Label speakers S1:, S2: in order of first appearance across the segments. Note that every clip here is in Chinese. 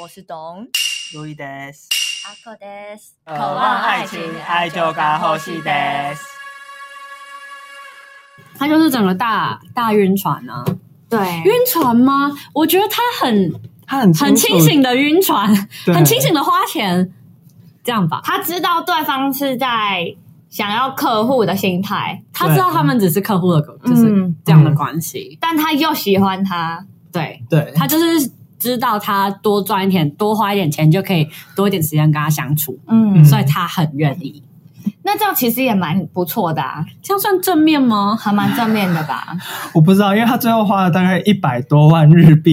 S1: 我是董
S2: 路易德斯，
S1: 阿克德斯，
S2: 渴望爱情，爱就该呼吸德。
S3: 它就是整个大大晕船啊，
S4: 对，
S3: 晕船吗？我觉得他很
S2: 他很
S3: 很清
S2: 楚，
S3: 醒的晕船，
S2: 对
S3: 很清醒的花钱，这样吧。
S4: 他知道对方是在想要客户的心态，
S3: 他知道他们只是客户的，就是
S4: 嗯
S3: 这样的关系。
S4: 但他又喜欢他，
S3: 对
S2: 对，
S3: 他就是知道他多赚一点，多花一点钱就可以多一点时间跟他相处，
S4: 嗯，
S3: 所以他很愿意。
S4: 那这样其实也蛮不错的啊，
S3: 这样算正面吗？
S4: 还蛮正面的 吧？
S2: 我不知道，因为他最后花了大概一百多万日币，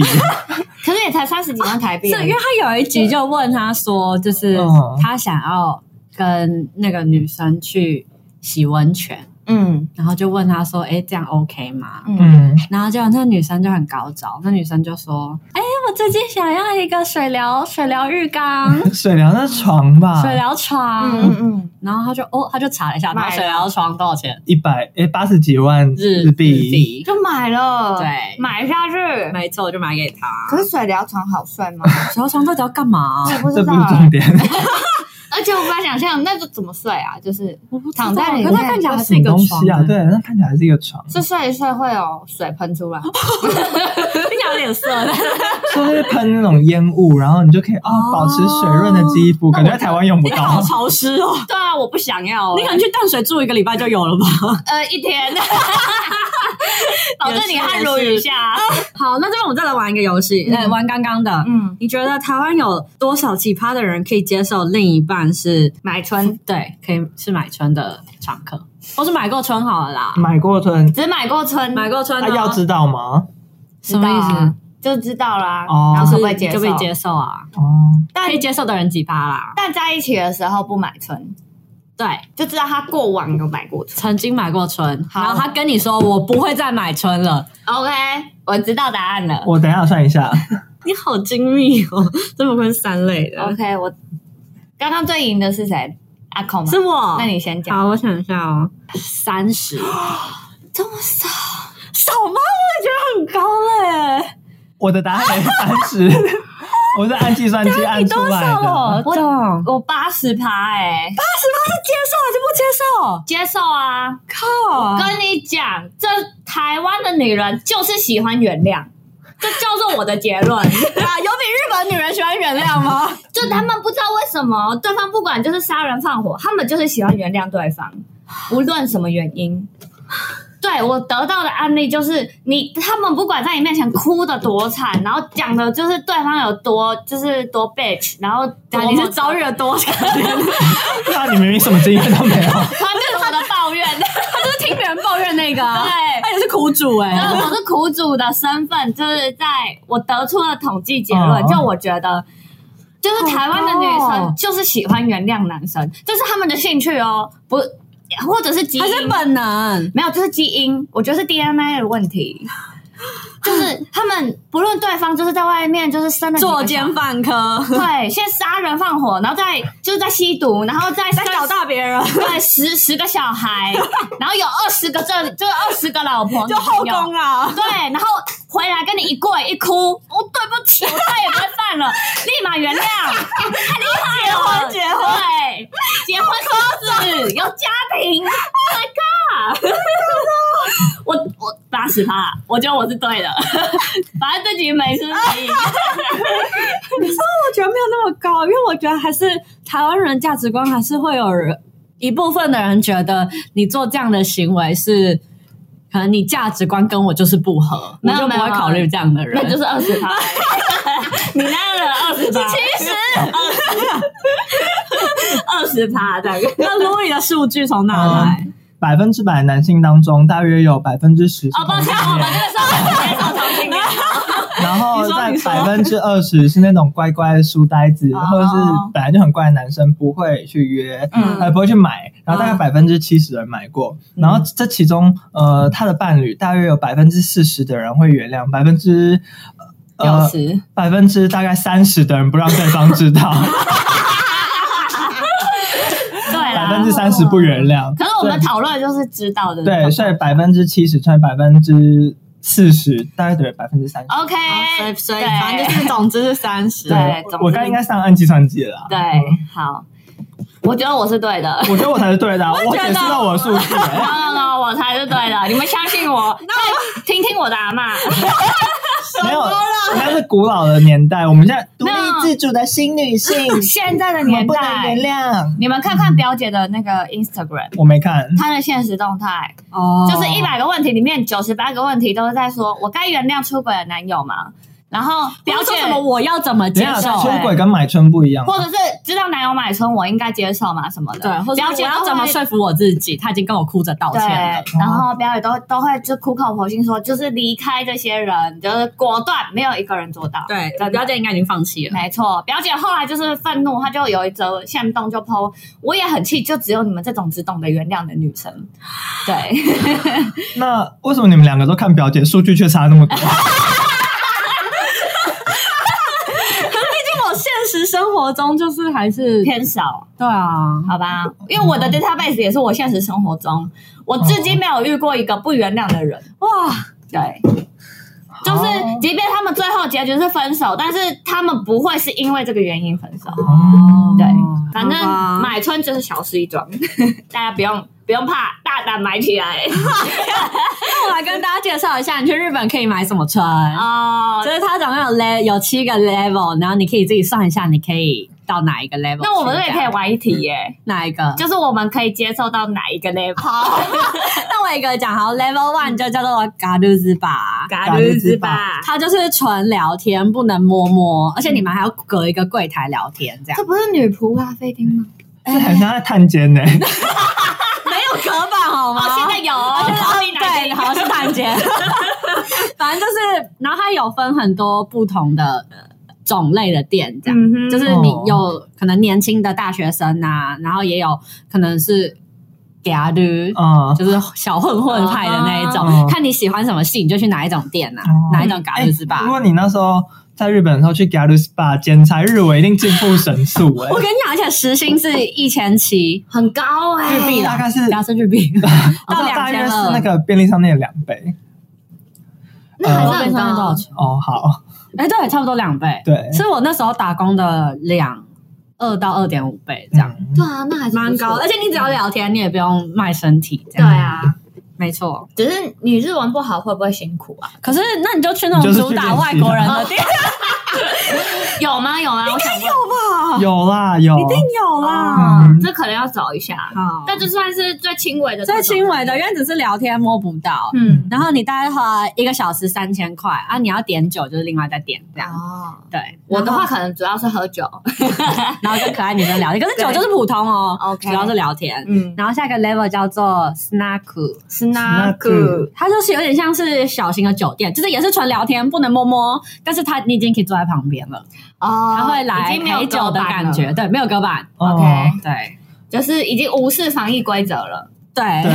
S4: 可是也才三十几万台
S3: 是
S4: 币而已，
S3: 因为他有一集就问他说，就是
S2: 嗯
S3: 他想要跟那个女生去洗温泉，
S4: 嗯
S3: 然后就问他说：“哎，这样 OK 吗？”
S4: 嗯
S2: 嗯，
S3: 然后结果那女生就很高招，那女生就说：“哎，我最近想要一个水疗水疗浴 缸、
S2: 水疗那床吧，
S3: 水疗床。
S4: 嗯嗯
S3: 然后他就哦，他就查了一下，
S4: 买
S3: 然
S4: 了
S3: 后水疗床多少钱？
S2: 一百诶八十几万
S3: 日
S2: 币，
S4: 嗯，就买了，
S3: 对
S4: 买下去。
S3: 没错，我就买给他。
S4: 可是水疗床好睡吗？
S3: 水疗床到底要干 嘛？
S4: 我不
S2: 这
S4: 知道
S2: 不是，重点，
S4: 而且我无法想象，那就怎么睡啊？就是
S3: 我不知道
S4: 躺在里面
S3: 可是它看起来还是
S2: 什
S3: 一
S2: 么
S3: 个
S2: 东
S3: 床
S2: 西啊？对，那看起来还是一个床，
S4: 是睡一睡会有水喷出来，
S3: 听起来有点色，但 是
S2: 说是喷那种烟雾，然后你就可以啊、
S3: 哦
S2: 保持水润的肌肤，感觉在台湾用不
S3: 你好
S2: 到。
S3: 潮湿哦。
S4: 对啊，我不想要
S3: 你可能去淡水住一个礼拜就有了吧？
S4: 呃一天，导致你汗如雨下。
S3: 好，那这边我们再来玩一个游戏，
S4: 嗯
S3: 来玩刚刚的。
S4: 嗯，
S3: 你觉得台湾有多少奇葩的人可以接受另一半是
S4: 买春
S3: 对，可以是买春的常客，或是买过春好了啦，
S2: 买过吞，
S4: 只买过春，
S3: 买过春、
S2: 他、
S3: 哦
S2: 嗯啊要知道吗？
S3: 什么意
S4: 知道啊
S3: 思？？
S4: 就知道啦，
S2: 哦
S4: 然后
S3: 是
S4: 可不可以接受？
S3: 就被接受啊，
S2: 哦，
S3: 可以接受的人几趴啦？
S4: 但在一起的时候不买春，
S3: 对，
S4: 就知道他过往有买过春。
S3: 曾经买过春，
S4: 好
S3: 然后他跟你说我不会再买春了，
S4: OK，我知道答案了。
S2: 我等一下算一下，
S3: 你好精密哦， 这不愧是三类的，
S4: OK，我刚刚最赢的是谁？阿孔吗
S3: 是？我。
S4: 那你先讲。
S3: 好，我想一下哦，三十
S4: 这么少？
S3: 少吗？我也觉得很高嘞、
S2: 我的答案也是三十， 我是按计算机按出来的。
S3: 我懂，那
S4: 我八十趴哎，
S3: 接受还是不接受？
S4: 接受啊！
S3: 靠！
S4: 跟你讲，这台湾的女人就是喜欢原谅，这就是我的结 论。
S3: 啊，有比日本女人喜欢原谅吗？
S4: 就他们不知道为什么对方不管就是杀人放火，他们就是喜欢原谅对 方，无论什么原因。对我得到的案例就是，你他们不管在你面前哭的多惨，然后讲的就是对方有多就是多 bitch，然后
S3: 啊，你是招惹多 少？
S2: 那你明明什么经验都没有，
S4: 他对我的抱 怨，
S3: 就是听别人抱怨那个、啊，
S4: 对
S3: 他也是苦主哎、
S4: 然后我是苦主的身份，就是在我得出了统计结论，
S2: 哦
S4: 就我觉得，就是台湾的女
S3: 好高哦
S4: 生就是喜欢原谅男生，这是他们的兴趣哦，不，或者是基因
S3: 还是本能。
S4: 没有，就是基因，我觉得是 DNA 的问题，就是他们不论对方就是在外面就是生了几个
S3: 作
S4: 小
S3: 奸犯科，
S4: 对，先杀人放火，然后再就是在吸毒，然后再
S3: 在搞大别人，
S4: 对十十个小孩，然后有二十个这就二十个老婆，
S3: 就后
S4: 女朋友
S3: 宫 啊！
S4: 对，然后回来跟你一跪一哭，我对不起，我再也不会犯了，立马原谅，太厉害了，
S3: 结婚结婚
S4: 对，结婚生子，有家庭，Oh my god，我我八十趴，我觉得我是对的，反正自己没事没赢，
S3: 我觉得没有那么高，因为我觉得还是台湾人价值观还是会有人一部分的人觉得你做这样的行为是，可能你价值观跟我就是不合，我
S4: 没有
S3: 就不
S4: 没
S3: 会
S4: 有
S3: 考虑这样的
S4: 那
S3: 人。
S4: 就是二十趴，你那个二十趴，
S3: 其实，
S4: 二十趴大概。 哦
S3: 那 Louis 的数据从哪来？
S2: 百分之百男性当中大约有百分之十，
S4: 哦，抱歉，我们这个时候接受同性恋。
S2: 然后
S3: 你说
S2: 在
S3: 你说
S2: 百分之二十是那种乖乖的书呆子，
S4: 哦
S2: 或者是本来就很乖的男生不会去约，
S4: 嗯
S2: 呃，不会去买。然后大概百分之七十人买过，然后这其中呃，他的伴侣大约有百分之四十的人会原谅，百分之
S3: 有
S2: 呃
S3: 时
S2: 百分之大概三十的人不让对方知道，
S4: 对
S2: 百
S4: 啦，
S2: 分之三十不原谅。
S4: 可是我们讨论就是知道的，
S2: 对，所以百分之七十乘百分之四十，大概等于百分之三十。
S4: OK，
S3: 呃
S5: 所以所以
S4: 对
S5: 反正就是总之是三十。
S4: 哦对
S2: 我我刚应该上按计算机了啦。
S4: 对，好，我觉得我是对 的。
S2: 我觉得我才是对的 啊，我
S5: 觉得
S2: 解释到我的数字、欸
S4: no no no，我才是对的，你们相信我，再听听我的阿妈。
S2: 没有，那是古老的年代，我们现在独立
S4: No
S2: 自主的新女 性，
S4: 现在的
S2: 我们
S4: 年
S2: 不能
S4: 代
S2: 原，谅。
S4: 你们看看表姐的那个 Instagram，
S2: 我没看，
S4: 她的现实动态，
S3: 哦
S4: 就是一百个问题里面九十八个问题都是在说，我该原谅出轨的男友吗？然后
S3: 不
S4: 表
S3: 要
S4: 姐
S3: 说什么我要怎么接
S2: 等一下
S3: 受，哎
S2: 出轨跟买春不一样吗，
S4: 或者是知道男友买春，我应该接受嘛什么的。
S3: 对，或者
S4: 表
S3: 我
S4: 姐
S3: 要
S4: 都
S3: 怎么
S4: 会
S3: 说服我自己？他已经跟我哭着道
S4: 对
S3: 歉了，，
S4: 然后表姐都都会就苦口婆心说，就是离开这些人，就是果断，没有一个人做到。
S5: 对，
S4: 真的
S5: 表姐应该已经放弃了。
S4: 没错，表姐后来就是愤怒，她就有一则线动就 PO，我也很气，就只有你们这种只懂得原谅的女生。对，
S2: 那为什么你们两个都看表姐，数据却差那么多？
S4: 哦
S3: 因为我现实生活中就是还是
S4: 偏少，
S3: 对啊，
S4: 好吧？因为我的 database 也是我现实生活中，我至今没有遇过一个不原谅的人。
S3: 哇，
S4: 对，就是即便他们最后结局是分手，但是他们不会是因为这个原因分手。
S2: 哦
S4: 对，反正
S5: 好吧
S4: 买春就是小事一桩，大家不用不用怕，大胆买起来
S3: 那我来跟大家介绍一下，你去日本可以买什么春。
S4: 哦
S3: 就。是它总共有 le 有七个 level，然后你可以自己算一下，你可以到哪一个 level 去这样。
S4: 那我们这里可以玩一题耶，
S3: 哪一个？
S4: 就是我们可以接受到哪一个 level？
S3: 那我一个讲好，level one 就叫做嘎鲁兹吧，
S2: 嘎日之吧，
S3: 它就是纯聊天，不能摸摸，而且你们还要隔一个柜台聊天，这样
S4: 这不是女仆咖啡厅吗？
S2: 这很像在探 监呢、
S3: 没有隔板好吗？
S4: 哦，现在有哦，奥运男
S3: 对，
S4: 丁
S3: 好像是 团结，反正就是，然后它有分很多不同的种类的店，这样、
S4: 嗯哼，
S3: 就
S4: 就是
S3: 你有可能年轻的大学生啊，然后也有可能是嗲驴，
S4: 哦
S2: 嗯，
S3: 就是小混混派的那一种，
S2: 哦
S3: 看你喜欢什么系，你就去哪一种店啊，
S2: 哦
S3: 哪一种嘎
S2: 哎
S3: 驴是吧
S2: 如？果你那时候在日本的时候去 Galu Spa 剪裁，日文一定进步神速哎、
S3: 我跟你讲，而且时薪是一千七
S4: 很高哎，
S3: 日币啦
S2: 大概是
S3: 不要是日币，
S2: 我
S3: 到
S2: 知道大约是
S3: 2200
S2: 那个便利商店的两倍。
S4: 还
S2: 呃
S4: 是，很高
S3: 多少钱？
S2: 哦，好，
S3: 哎，对，差不多两倍，
S2: 对，
S3: 是我那时候打工的两二到二点五倍这样，
S2: 嗯
S4: 对啊，那还是不错
S3: 蛮高的。而且你只要聊天，你也不用卖身体，这
S4: 对
S3: 样
S4: 啊，
S3: 没错。
S4: 只是你日文不好会不会辛苦啊？
S3: 可是那你就去那种主打外国人的店
S4: 有吗？有吗？我想问，
S3: 吧，
S2: 有啦有，
S3: 一定有啦。
S2: 嗯
S4: 这可能要找一下，
S3: 好，
S4: 但这算是最轻微的，
S3: 最轻微的，因为只是聊天摸不到。
S4: 嗯，
S3: 然后你大概花一个小时三千块啊，你要点酒就是另外再点这样，
S4: 哦，
S3: 对。
S4: 我的话可能主要是喝酒，
S3: 然后跟可爱女生聊天，可是酒就是普通哦
S4: OK
S3: 主要是聊 天。
S4: 嗯，
S3: 然后下一个 level 叫做 snack，
S4: 是
S2: 那个
S3: 它就是有点像是小型的酒店，就是也是纯聊天，不能摸摸，但是它你已经可以坐在旁边了，
S4: 哦，
S3: 它会来
S4: 已经没有
S3: 陪酒的感
S4: 隔板了
S3: 觉，对，没有隔板，
S2: 哦
S4: OK
S3: 对
S4: 就是已经无视防疫规则了，
S3: 对，
S2: 对，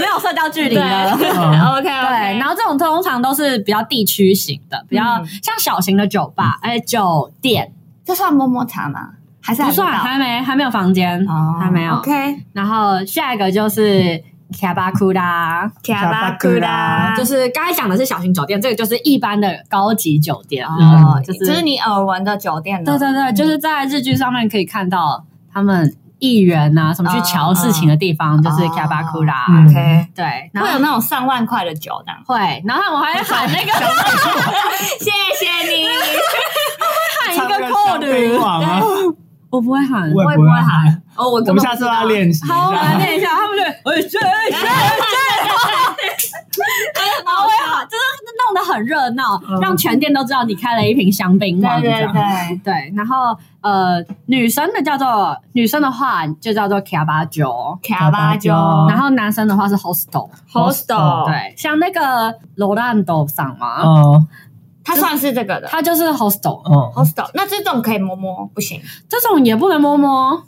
S3: 没有社交距离了。
S4: 哦
S2: 嗯
S4: OK，
S3: 对，然后这种通常都是比较地区型的，比较
S4: 嗯
S3: 像小型的酒吧，哎、酒店
S4: 这算摸摸茶吗？还是
S3: 不算，还没还没有房间，
S4: 哦
S3: 还没有。
S4: OK，
S3: 然后下一个就是卡巴库拉，
S4: 卡巴库拉
S3: 就。是刚才讲的是小型酒店，这个就是一般的高级酒店，
S4: 哦，
S3: 就
S4: 就是是你耳闻的酒店
S3: 对
S4: 了，
S3: 对
S2: 嗯
S3: 对，就是在日剧上面可以看到他们议员呐、什么去瞧事情的地方，就是卡巴库拉，
S2: 嗯
S4: OK，
S3: 对，然
S4: 会有
S3: 后。
S4: 那种上万块的酒的，
S3: 会，然后我还会喊那个
S4: 谢谢 你，
S3: 喊一
S2: 唱
S3: 个
S2: 个
S3: code，
S2: 香槟王啊
S3: 对我不会喊，
S2: 我
S4: 我也
S2: 也
S4: 不
S2: 不
S4: 会
S2: 会
S4: 喊
S2: 喊，
S4: 哦，我
S2: 我
S4: 根
S2: 们
S4: 本
S2: 下
S4: 不知
S2: 次
S4: 道
S2: 要练习一
S3: 好，我们来
S2: 下。
S3: 念一下，他们就哎是哎是然后我也好，就是弄得很热闹，
S2: 嗯
S3: 让全店都知道你开了一瓶香槟
S4: 对
S3: 王这
S4: 对
S3: 样。
S4: 对，
S3: 对，然后呃，女生的叫做女生的话就叫做卡巴酒，
S4: 卡巴酒，
S2: 哦
S3: 然后男生的话是 hostel。
S4: hostel，
S3: 对，像那个罗兰斗上嘛，
S4: 哦
S2: 嗯
S4: 它算是这个的
S3: 他就是 hostel，
S2: 嗯，
S4: hostel。那这种可以摸摸，不行。
S3: 这种也不能摸摸，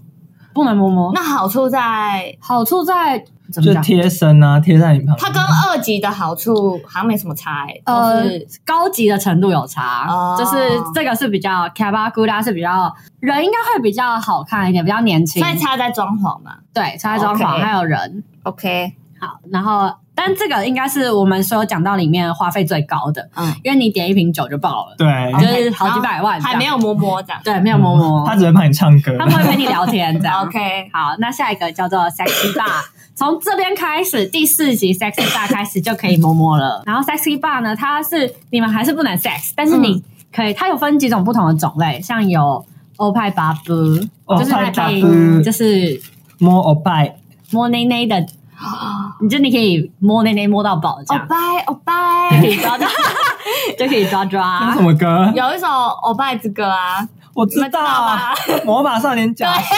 S3: 不能摸摸。
S4: 那好处在
S3: 好处在怎么
S2: 就
S3: 讲？
S2: 贴身啊，贴在你旁边。
S4: 它跟二级的好处好像没什么差欸，
S3: 呃
S4: 都是，
S3: 高级的程度有差，
S4: 哦
S3: 就是这个是比较卡巴古拉是比较人应该会比较好看一点，比较年轻
S4: 所，以差在装潢嘛。
S3: 对，差在装潢
S4: OK
S3: 还有人。
S4: OK，
S3: 好，然后但这个应该是我们所有讲到里面花费最高的，
S5: 嗯
S3: 因为你点一瓶酒就爆了，
S2: 对，
S3: 就是好几百万这样，
S4: 嗯还没有摸摸这样。
S3: 对，没有摸摸，
S2: 他只会帮你唱歌
S3: 他。们会陪你聊天这
S4: 啊嗯
S3: 样。
S4: OK，
S3: 好，那下一个叫做 Sexy Bar，从 这边开始，第四集 Sexy Bar 开始就可以摸摸了。然后 Sexy Bar 呢，它是你们还是不能 sex，但是你可以，它有分几种不同的种类，像有欧派巴布，
S2: 欧
S3: 就是
S2: 派
S3: 它
S2: 巴布
S3: 可以就是
S2: 摸欧拜，
S3: 摸内内的，你就你可以摸内内摸到饱这
S4: 欧
S3: 样，
S4: 哦拜欧
S3: 就
S4: 拜
S3: 可， 以抓抓，就可以抓
S2: 那
S3: 抓
S2: 是 什。么歌？
S4: 有一首欧拜之歌啊，
S2: 我
S4: 你
S2: 知
S4: 们知道
S2: 道啊
S4: 吧，
S2: 魔法少年假修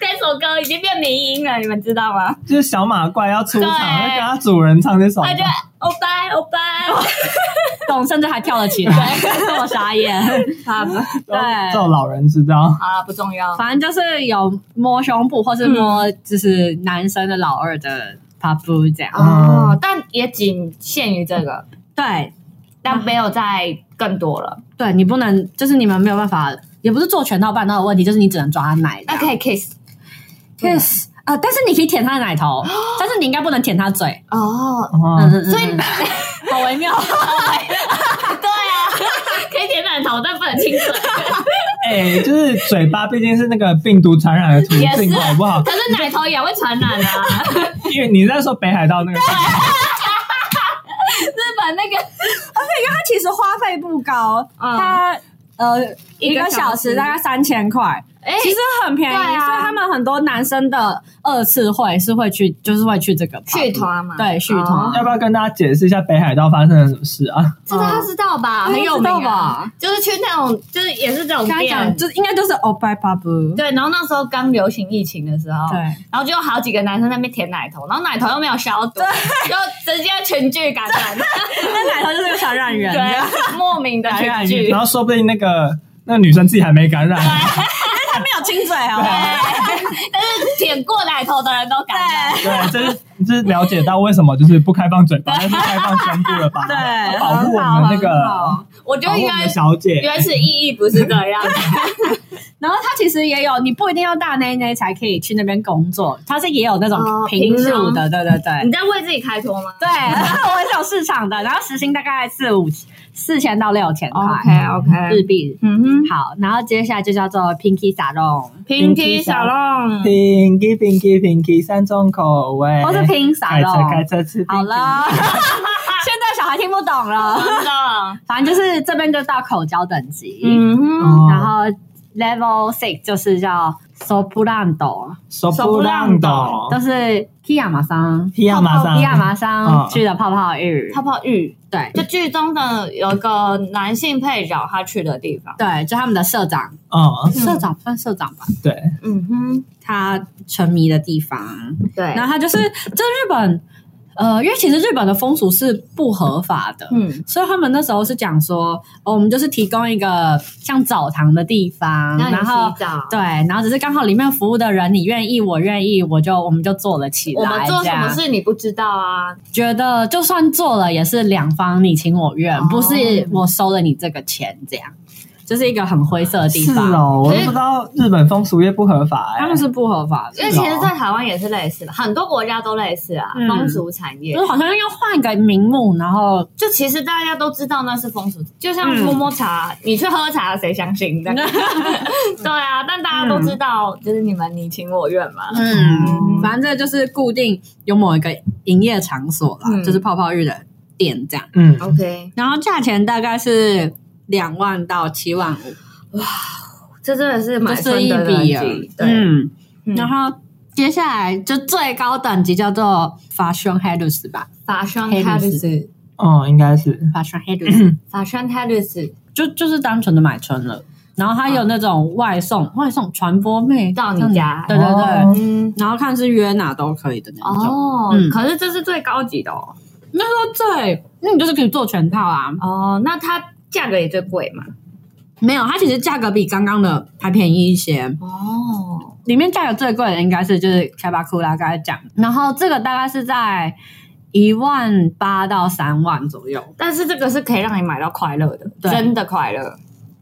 S4: 这首歌已经变民音了，你们知道吗？
S2: 就是小马怪要出
S4: 对
S2: 场，会跟他主人唱这首歌
S4: 他。就欧拜欧拜，
S3: 懂，甚至还跳了起来，我傻眼。
S4: 啊不
S3: 对
S2: 这种老人知道。
S4: 啊不重要，
S3: 反正就是有摸胸部或是摸就是男生的老二的 p a p 这样。
S4: 哦，但也仅限于这个，
S3: 对，
S4: 但没有再更多了。
S3: 对你不能，就是你们没有办法，也不是做全套半套的问题，就是你只能抓他奶这
S4: 那
S3: 样。
S4: 可以 kiss
S3: 啊 kiss 哦啊、但是你可以舔他的奶头，但是你应该不能舔他嘴。
S4: 哦，
S3: 嗯
S2: 哦，
S3: 嗯，
S4: 所以
S3: 嗯好微妙。
S4: 对啊， 可以舔奶头，但不能亲嘴。
S2: 哎，就是嘴巴毕竟是那个病毒传染的途
S4: 也
S2: 径，
S4: 是
S2: 好不好？
S4: 可是奶头也会传染啊！
S2: 因为你在说北海道那个，
S4: 日本那个
S3: 它其实花费不高，
S4: 嗯
S3: 它呃一
S4: 个
S3: 个
S4: 小
S3: 小
S4: 时
S3: 时大概三千块，
S4: 哎，
S3: 其实很便宜。
S4: 对啊
S3: 所以他们很多男生的二次会是会去，就是会去这个 pub
S4: 续团嘛，
S3: 对续团
S4: 哦
S2: 要不要跟大家解释一下北海道发生了什么事啊？
S4: 这大家哦知道吧？
S3: 嗯
S4: 很有名
S3: 大家知道吧
S4: 啊，就是去那种，就是也是这种
S3: 刚才讲
S4: 店，
S3: 就是应该就是 o b a p a b
S4: 对。然后那时候刚流行疫情的时候，
S3: 对，
S4: 然后就有好几个男生在那边舔奶头，然后奶头又没有消毒，就直接群聚感染，
S3: 那奶头就是个传染人，
S4: 对，莫名的群聚
S2: 然。后说不定那个那个女生自己还没感染，
S3: 他没有亲嘴
S4: 对
S3: 哦。
S4: 但是舔过奶头的人都感染，
S2: 对，这是这是了解到为什么就是不开放嘴巴，但是开放胸部了吧？
S3: 对，
S2: 保护我们那个
S3: 很好很好
S4: 我觉
S2: 保
S4: 得
S2: 护
S4: 原
S2: 哦我们
S4: 来
S2: 的小姐。
S4: 原来是意义不是这 样，
S3: 然后它其实也有，你不一定要大内内才可以去那边工作，它是也有那种
S4: 哦
S3: 平嗯乳的，对对
S4: 你
S3: 对。
S4: 在为自己开脱吗？
S3: 对，我也是有市场的，然后时薪大概四五四千到六千块
S4: OK，
S3: 日币。
S4: 嗯哼
S3: 好，然后接下来就叫做 Pinky Salon，
S4: ，Pinky 小浪，
S2: Pinky Pinky Pinky 三种口味，
S3: 或是 Pink
S2: 开车开
S3: Salon。
S2: 车吃。
S3: 好，了， 现在小孩听不懂了，
S4: 真的，
S3: 反正就是这边就到口交等级。
S4: 嗯哼，
S2: 哦
S3: 然后 level six 就是叫 soprano，
S2: 手
S4: 手
S2: 不
S4: 不
S2: 浪
S4: 浪
S2: 抖
S4: 抖，
S3: 就是 Kiyama 桑
S2: 皮亚马上，
S3: ，Kiyama
S2: 嗯
S3: 桑去的泡泡浴，
S4: 哦泡泡浴，
S3: 对
S4: 就剧中的有一个男性配角他去的地方，
S3: 对，就他们的社长，
S2: 嗯，
S3: 社长算社长吧，
S2: 对，
S4: 嗯哼，
S3: 他沉迷的地方，
S4: 对
S3: 然后他就是这日本，呃，因为其实日本的风俗是不合法的，
S4: 嗯，
S3: 所以他们那时候是讲说，哦，我们就是提供一个像澡堂的地方，
S4: 那你
S3: 然后
S4: 洗澡，
S3: 对，然后只是刚好里面服务的人你愿意，我愿意，我就我们就做了起来。
S4: 我们做
S3: 这
S4: 什
S3: 样
S4: 么事你不知道啊？
S3: 觉得就算做了，也是两方你情我愿，
S4: 哦
S3: 不是我收了你这个钱，这样就是一个很灰色的地
S2: 是
S3: 方。
S2: 哦，我
S4: 所
S2: 都
S4: 以
S2: 不知道日本风俗业不合法哎，
S3: 他们是不合法的
S4: 因，为其实，在台湾也是哦类似的，很多国家都类似啊，
S3: 嗯
S4: 风俗产业
S3: 就是。好像要换一个名目，然后
S4: 就其实大家都知道那是风俗，就像摸摸茶，你去喝茶，谁相信？ 这样对啊，但大家都知道，就是你们你情我愿嘛。
S3: 嗯，反正这就是固定有某一个营业场所啦，
S4: 嗯
S3: 就是泡泡日的店这样，
S2: 嗯，
S4: OK，
S3: 然后价钱大概是两万到七万五，
S4: 这真的是
S3: 这
S4: 蛮
S3: 是
S4: 深
S3: 一
S4: 的
S3: 笔啊
S4: 人际，对，
S3: 嗯，
S4: 嗯
S3: 然后接下来就最高等级叫做 fashion h e a d e s 吧
S4: 法商
S3: h e a d
S4: 泰
S3: e s
S2: 哦，应该是
S3: fashion h e a d e s
S4: 法商泰律师
S3: 就就是单纯的买春了。然后它有那种外送，外送传播妹
S4: 到你家
S3: 对对对，
S2: 哦
S4: 嗯，
S3: 然后看是约哪都可以的那种。
S4: 哦
S3: 嗯，
S4: 可是这是最高级的哦。
S3: 那时候最，那你就是可以做全套啊。
S4: 哦，那它价格也最贵嘛？
S3: 没有，它其实价格比刚刚的还便宜一些。
S4: 哦，
S3: 里面价格最贵的应该是就是开巴库拉刚才讲，然后这个大概是在一万八到三万左右。
S4: 但是这个是可以让你买到快乐的，
S3: 对嗯
S4: 真的快乐。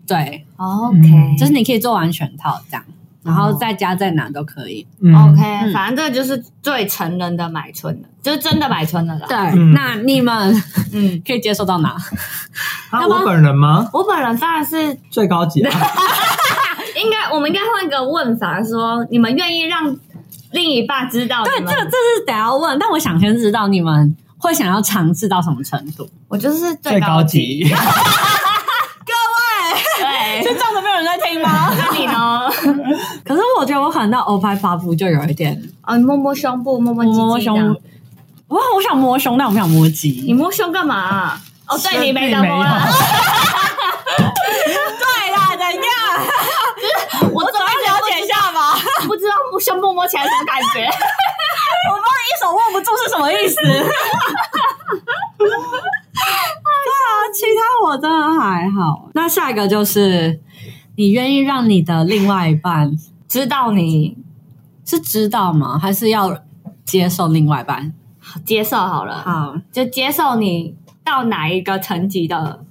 S3: 对，
S4: OK，
S3: 就是你可以做完全套这样。然后在家在哪都可以。
S2: 嗯
S4: OK，反正这就是最成人的买春了，就是真的买春了啦。
S3: 对，
S2: 嗯
S3: 那你们
S4: 嗯，
S3: 可以接受到哪？
S2: 啊，
S3: 要不然
S2: 我本人吗？
S4: 我本人当然是
S2: 最高级啊，
S4: 应该，我们应该换个问法说，你们愿意让另一半知道？
S3: 对，这这是得要问，但我想先知道你们会想要尝试到什么程度？
S4: 我就是
S2: 最
S4: 最高
S2: 高。级。
S4: 对，
S3: 就这样子没有人在听吗？
S4: 那你呢？
S3: 可是我觉得我可能到欧派发布就有一点
S4: 哦，你摸摸胸部，摸摸鸡鸡
S3: 摸
S4: 这样
S3: 胸，哇，我想摸胸，但我不想摸
S4: 你
S3: 鸡。
S4: 摸胸干嘛、哦，对你没得
S2: 没有
S4: 摸啦。
S3: 对啦，等一 下，
S4: 我怎么
S3: 了解一下吧。
S4: 不知道摸胸部摸起来什么感觉？
S3: 我不知道一手握不住是什么 意思。对啊，其他我真的还好。那下一个就是，你愿意让你的另外一半
S4: 知道你
S3: 是知道吗？还是要接受另外一半？
S4: 接受好了，
S3: 好，
S4: 就接受你到哪一个层级的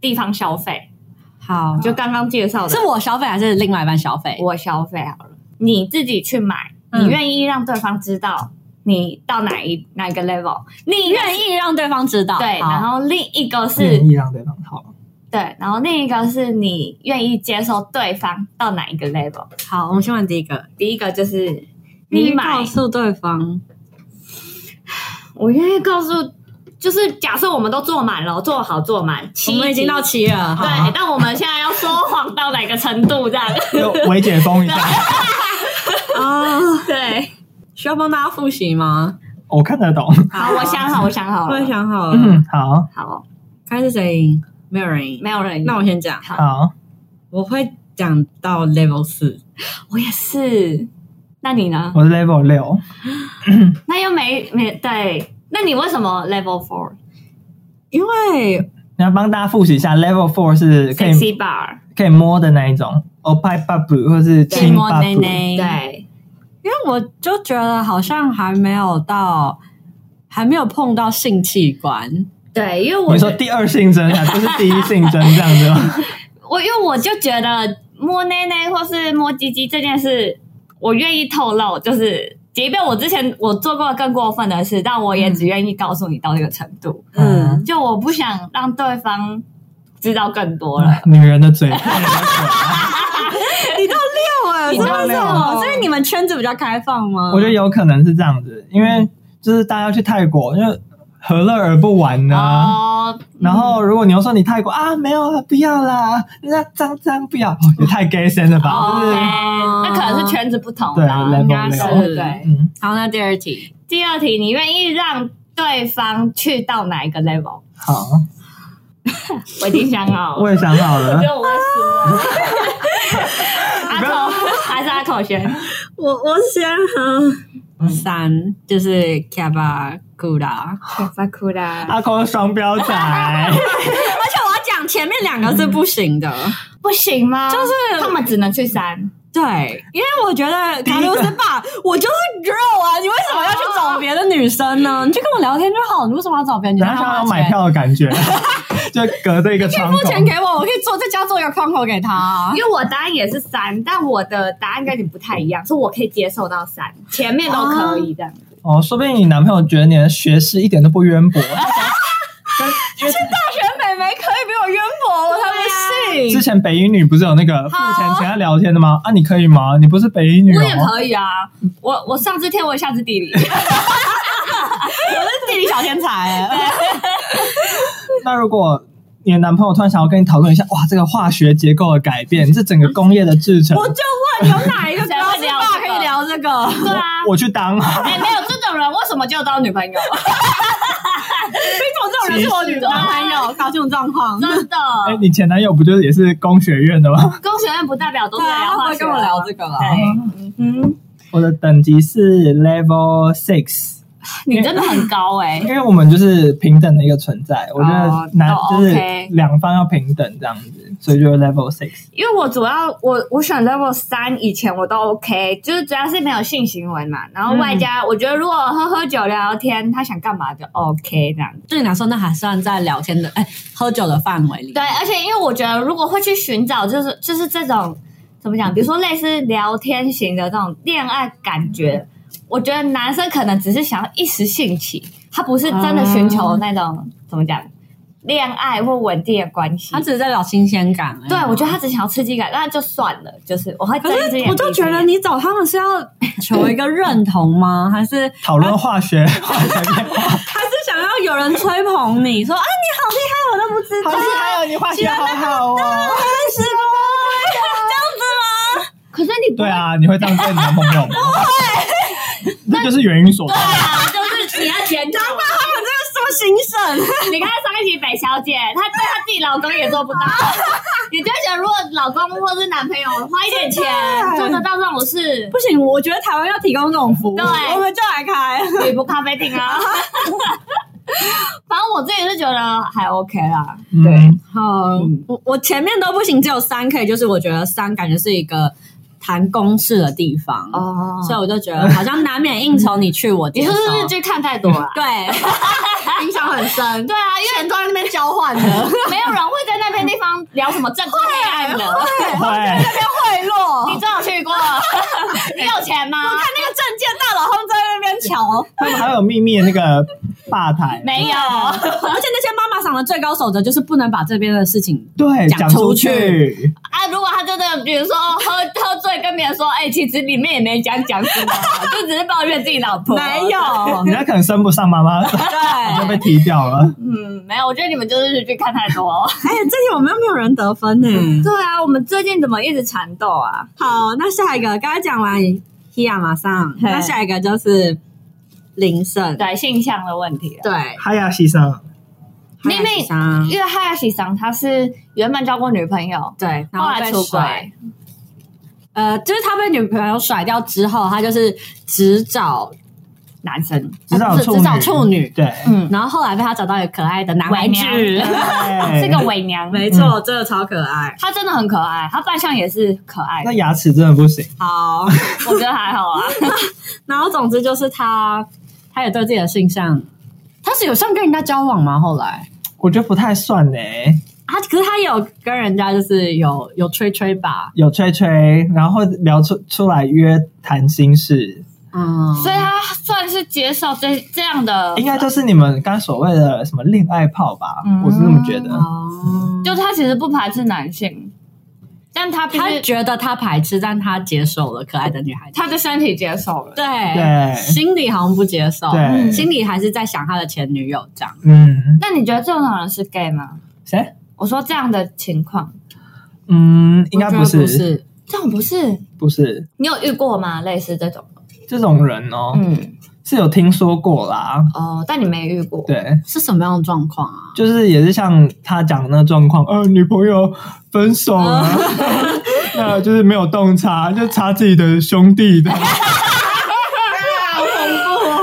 S4: 地方消费，
S3: 好，
S4: 就刚刚介绍的，
S3: 是我消费还是另外一半消费？
S4: 我消费好了，你自己去买，
S3: 嗯
S4: 你愿意让对方知道你到哪一哪一个 level，
S3: 你愿意让对方知道？
S4: 对，
S3: 好
S4: 然后另一个是
S2: 愿意让对方好，
S4: 对，然后另一个是你愿意接受对方到哪一个 level。
S3: 好，我们先玩第一个。
S4: 第一个就是你买
S3: 告，诉对方，
S4: 我愿意告诉，就是假设我们都做满了，做好做满，
S3: 我
S4: 七
S3: 们已经
S4: 集
S3: 到七了，好
S4: 对，但我们现在要说谎到哪个程度 这样？
S2: 就微解封一下。
S3: 啊，
S4: 对，
S3: 需要帮大家复习吗？
S2: 我看得懂。
S4: 好，我想好，我想好
S3: 我也
S4: 了，
S3: 想好了，
S2: 嗯，好
S4: 好，哦
S3: 看是谁赢，没有人赢。
S4: 没有人赢，
S3: 那我先讲，
S2: 好，
S3: 我会讲到 level 四，
S4: 我也是。那你呢？
S2: 我是 level 六，
S4: 那又没没对，那你为什么 level four
S3: 因为
S2: 你要帮大家复习一下，level four 是可以
S4: sexy bar？
S2: 可以摸的那一种哦 o p i babu 或是
S3: 寂
S2: 亲
S3: 寞内
S2: babu。
S3: 内，，
S4: 对，
S3: 因为我就觉得好像还没有到，还没有碰到性器官，
S4: 对，因为我
S2: 你说第二性征啊，不是第一性征这样子吗？
S4: 我因为我就觉得摸内内或是摸鸡鸡这件事，我愿意透露，就是即便我之前我做过更过分的事，但我也只愿意告诉你到这个程度，
S2: 嗯
S4: 就我不想让对方知道更多了。
S2: 女人的嘴， 骗人的嘴
S3: 你到六哎
S4: 你到六
S3: 所以你们圈子比较开放吗？
S2: 我觉得有可能是这样子，因为就是大家去泰国，就何乐而不玩呢？
S4: 哦，
S2: 然后，如果你又说你泰国啊，没有啊，不要啦，那脏脏不要，哦也太 gay 森了吧？
S4: 哦
S2: 就是
S4: OK，那可能是圈子不同
S2: 对
S4: 啦，
S2: ，level
S4: 应该是
S2: 六
S4: 对。
S2: 嗯，
S3: 好，那第二题，
S4: 第二题，你愿意让对方去到哪一个 level？
S2: 好，
S4: 我已经想好
S2: 我
S4: 了，
S2: 也想好了
S4: 只有我会输了。阿口还是阿口先，
S3: 我我先
S2: 嗯
S3: 啊，三就是 Kaba Gura，
S4: 哦发哭啦！
S2: 阿空双标仔，
S3: 而且我要讲前面两个是不行的，
S4: 不行吗？
S3: 就是
S4: 他们只能去三，
S3: 对，因为我觉得卡
S2: 第一
S3: 六
S2: 个
S3: 斯爸，我就是 girl 啊，你为什么要去找别的女生呢？你就跟我聊天就好，你为什么要找别的女生？
S2: 然后
S3: 还
S2: 想
S3: 要
S2: 要
S3: 花
S2: 买
S3: 钱，
S2: 票的感觉，就隔着一个窗
S3: 付
S2: 口。
S3: 钱给我，我可以做在家做一个窗口给他啊。
S4: 因为我答案也是三，但我的答案跟你不太一样，是我可以接受到三，前面都可以的。
S2: 哦，说不定你男朋友觉得你的学识一点都不 渊博。
S4: 哎
S2: 跟因
S3: 大学妹妹可以比我渊博，我才不
S2: 为
S3: 信
S2: 之。前北英女不是有那个付钱请他聊天的吗？啊，你可以吗？你不是北英女
S4: 我也
S2: 哦，
S4: 可以啊，我我上知天文下知地理，
S3: 地理小天才，
S2: 那如果你的男朋友突然想要跟你讨论一下，哇，这个化学结构的改变，这整个工业的制成，
S3: 我就问有哪一个
S4: 谁会聊
S3: 高中
S4: 这个
S3: 可以聊这个？
S4: 对 啊。
S2: 我去当。
S4: 哎、没有这种人，为什么就当女朋友？
S3: 我这种人是我女男朋友，哎搞清楚状况。
S4: 真 的，
S2: 哎、你前男友不就是也是工学院 的吗？
S4: 工学院不代表都是
S3: 对啊，
S4: 聊
S3: 他
S4: 化
S3: 会
S4: 学
S3: 跟我聊这个了。
S4: 对，嗯哼，
S2: 我的等级是 level six，
S4: 你真的很高哎、
S2: 因为我们就是平等的一个存在，我觉
S4: 哦
S2: 得男、
S4: 哦
S2: 就是
S4: OK
S2: 两方要平等这样子，所以就是 level six。
S4: 因为我主要我我选 level 三以前我都 OK，就是主要是没有性行为嘛，然后外加、我觉得如果喝喝酒聊聊天，他想干嘛就 OK 这样子。
S3: 对你来说，那还算在聊天的哎喝酒的范围里。
S4: 对，而且因为我觉得如果会去寻找就是就是这种怎么讲？比如说类似聊天型的这种恋爱感觉，我觉得男生可能只是想要一时兴起，他不是真的寻求那种、怎么讲恋爱或稳定的关系
S3: 他。只是在找新鲜感、
S4: 对，我觉得他只想要刺激感，那就算了。就是我会
S3: 可
S4: 睁一只眼
S3: 是我就
S4: 闭一只
S3: 觉得
S4: 眼
S3: 你找他们是要求一个认同吗？还是
S2: 讨论化学，
S4: 啊
S2: 化学变化，
S3: 还是想要有人吹捧你说啊你好厉害，我都不知 道
S2: 好厉害哦！你化学好好哦。
S3: 是 吗？
S4: 可是你不
S2: 对啊，你会这样对你男朋友吗？ 那就是原因所在。
S4: 啊，就是你要检讨。
S3: 他们这个什么行省？
S4: 你看上一集北小姐，她对她自己老公也 做不到，你就觉得如果老公或是男朋友花一点钱做得到这种事，
S3: 不行，我觉得台湾要提供这种服务，
S4: 对
S3: 我们就来开。
S4: 女仆咖啡厅 啊。反正我自己是觉得还 OK 啊啦，
S2: 嗯，
S3: 好，我我前面都不行，只有三 K，就是我觉得三感觉是一个谈公事的地方，
S4: 哦
S3: 所以我就觉得好像难免应酬你去我
S4: 你
S3: 接
S4: 是
S3: 受
S4: 不。是剧看太多了？
S3: 对，
S5: 影响很深，
S4: 对啊，因为
S5: 全都在那边交换的。
S4: 没有人会在那边地方聊什么政治黑暗的。
S2: 会。
S3: 贿赂
S4: 你真有 去过？你有钱吗？
S3: 看 那个证件大佬他们在那边瞧，
S2: 他们还有秘密的那个吧台，
S4: 没有，
S5: 啊
S3: 而且那些妈妈赏的最高守则就是不能把这边的事情，
S2: 对，
S3: 讲
S2: 讲
S3: 出
S2: 出
S3: 去
S2: 去，
S4: 啊，如果他真的，比如说喝喝醉，跟别人说，哎、其实里面也没讲讲什么，啊就只是抱怨自己老婆。
S3: 没有
S2: 人家可能升不上妈妈， 就
S3: 对。
S2: 被踢掉了。
S4: 嗯，没有，我觉得你们就是去看太多。啊
S3: 哎，这题我们又没有人得分呢。
S2: 嗯
S4: 对啊，我们最近怎么一直缠斗啊？
S3: 好，那下一个，刚才讲完 Hia 马上，
S4: 嘿
S3: 那下一个就是林胜，
S4: 对，性向的问题啊。
S3: 对，
S2: 哈亚西桑，
S4: 明明
S3: 还有喜桑
S4: 因为哈亚喜桑他是原本交过女朋友，
S3: 对，然
S4: 后哎
S3: 后
S4: 来
S3: 被
S4: 出
S3: 甩
S4: 轨，
S3: 呃，就是他被女朋友甩掉之后，他就是只找男生，
S2: 只找
S3: 啊不是
S2: 处
S3: 只找
S2: 女
S3: 处女，
S2: 对，
S4: 嗯，
S3: 然后后来被他找到一个可爱的男孩
S4: 伪娘
S3: 子，
S2: 嗯哎
S4: 是个伪娘，
S3: 没错，真的超可爱。
S4: 她真的很可爱，她扮相也是可爱
S2: 那
S4: 的，
S2: 牙齿真的不行，
S3: 好，
S4: 我觉得还好 啊。
S3: 然后总之就是他，他也对自己的性向，他是有上跟人家交往吗？后来
S2: 我觉得不太算呢。
S3: 他可是他有跟人家就是有有吹吹吧，
S2: 有吹吹，然后聊出出来约谈心事，
S3: 嗯，
S4: 所以她算是接受这这样的，
S2: 应该就是你们刚所谓的什么恋爱泡吧，
S4: 嗯
S2: 我是这么觉得。
S3: 哦，
S4: 就她其实不排斥男性，但她必
S3: 他
S4: 须
S3: 觉得他排斥，但他接受了可爱的女孩子，
S4: 她的身体接受了，
S3: 对
S2: 对
S3: 心里好像不接受，
S2: 对
S3: 心里还是在想他的前女友这样。
S2: 嗯，
S4: 那你觉得这种人是 gay 吗？
S2: 谁？
S4: 我说这样的情况，
S2: 嗯，应该不
S3: 我觉得
S2: 是，
S3: 是，
S4: 这种不是
S2: 不是
S4: 你有遇过吗？类似这种，
S2: 这种人哦，
S4: 嗯，
S2: 是有听说过啦。
S4: 哦，但你没遇过，
S2: 对，
S3: 是什么样的状况啊？
S2: 就是也是像他讲的那个状况，呃，女朋友分手了， 那就是没有洞察，就查自己的兄弟的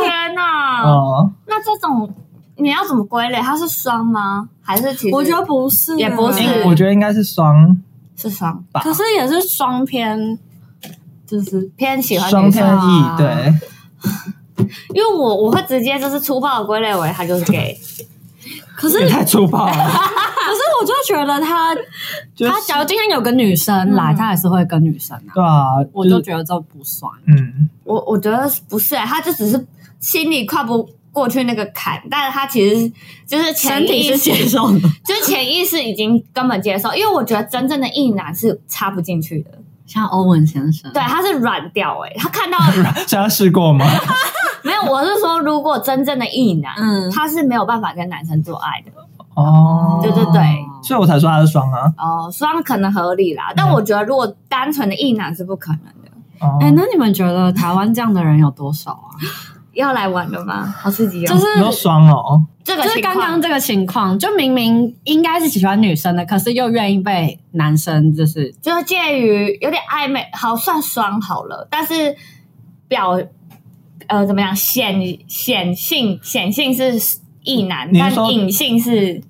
S4: 天哪，
S2: 哦。
S4: 那这种你要怎么归类？它是双吗？还是其实
S3: 我觉得不是，啊
S4: 也不是
S2: 哦我觉得应该是双
S4: 是双，
S2: 吧，
S3: 可是也是双偏，就是
S4: 偏喜欢
S2: 双
S4: 女生
S2: 天，翼
S3: 啊
S2: 对，
S4: 因为我我会直接就是粗暴地归类为他就是 gay，
S3: 可是
S2: 也太粗暴了。
S3: 可是我就觉得他
S2: 就是
S3: 他假如今天有个女生来，
S4: 嗯
S3: 他还是会跟女生啊，
S2: 对啊，
S3: 我就是觉得这不算。
S2: 嗯，
S4: 我我觉得不是、欸，他就只是心里跨不过去那个坎，但是他其实就是潜
S3: 身体
S4: 意
S3: 是
S4: 识，
S3: 接受的，
S4: 就是潜意识已经根本接受，因为我觉得真正的异男是插不进去 的，
S3: 像欧文先生，
S4: 对，他是软掉、欸，他 看到
S2: 所以他试过吗？
S4: 没有？我是说，如果真正的异男，
S3: 嗯
S4: 他是没有办法跟男生做爱的，
S2: 哦，
S4: 对对对
S2: 所以我才说他是双啊。
S4: 哦，双可能合理啦，
S3: 嗯
S4: 但我觉得如果单纯的异男是不可能的。
S2: 哦
S3: 哎、那你们觉得台湾这样的人有多少啊？
S4: 要来玩了吗？好刺激哦！
S3: 就是
S2: 你说双哦，
S4: 这个
S3: 就是
S4: 情
S3: 刚
S4: 况
S3: 刚这个情况，就明明应该是喜欢女生的，可是又愿意被男生就是
S4: 就是介于有点暧昧，好算双好了，但是表呃怎么样显显性显性是异男，
S2: 你是
S4: 但
S2: 说
S4: 隐性是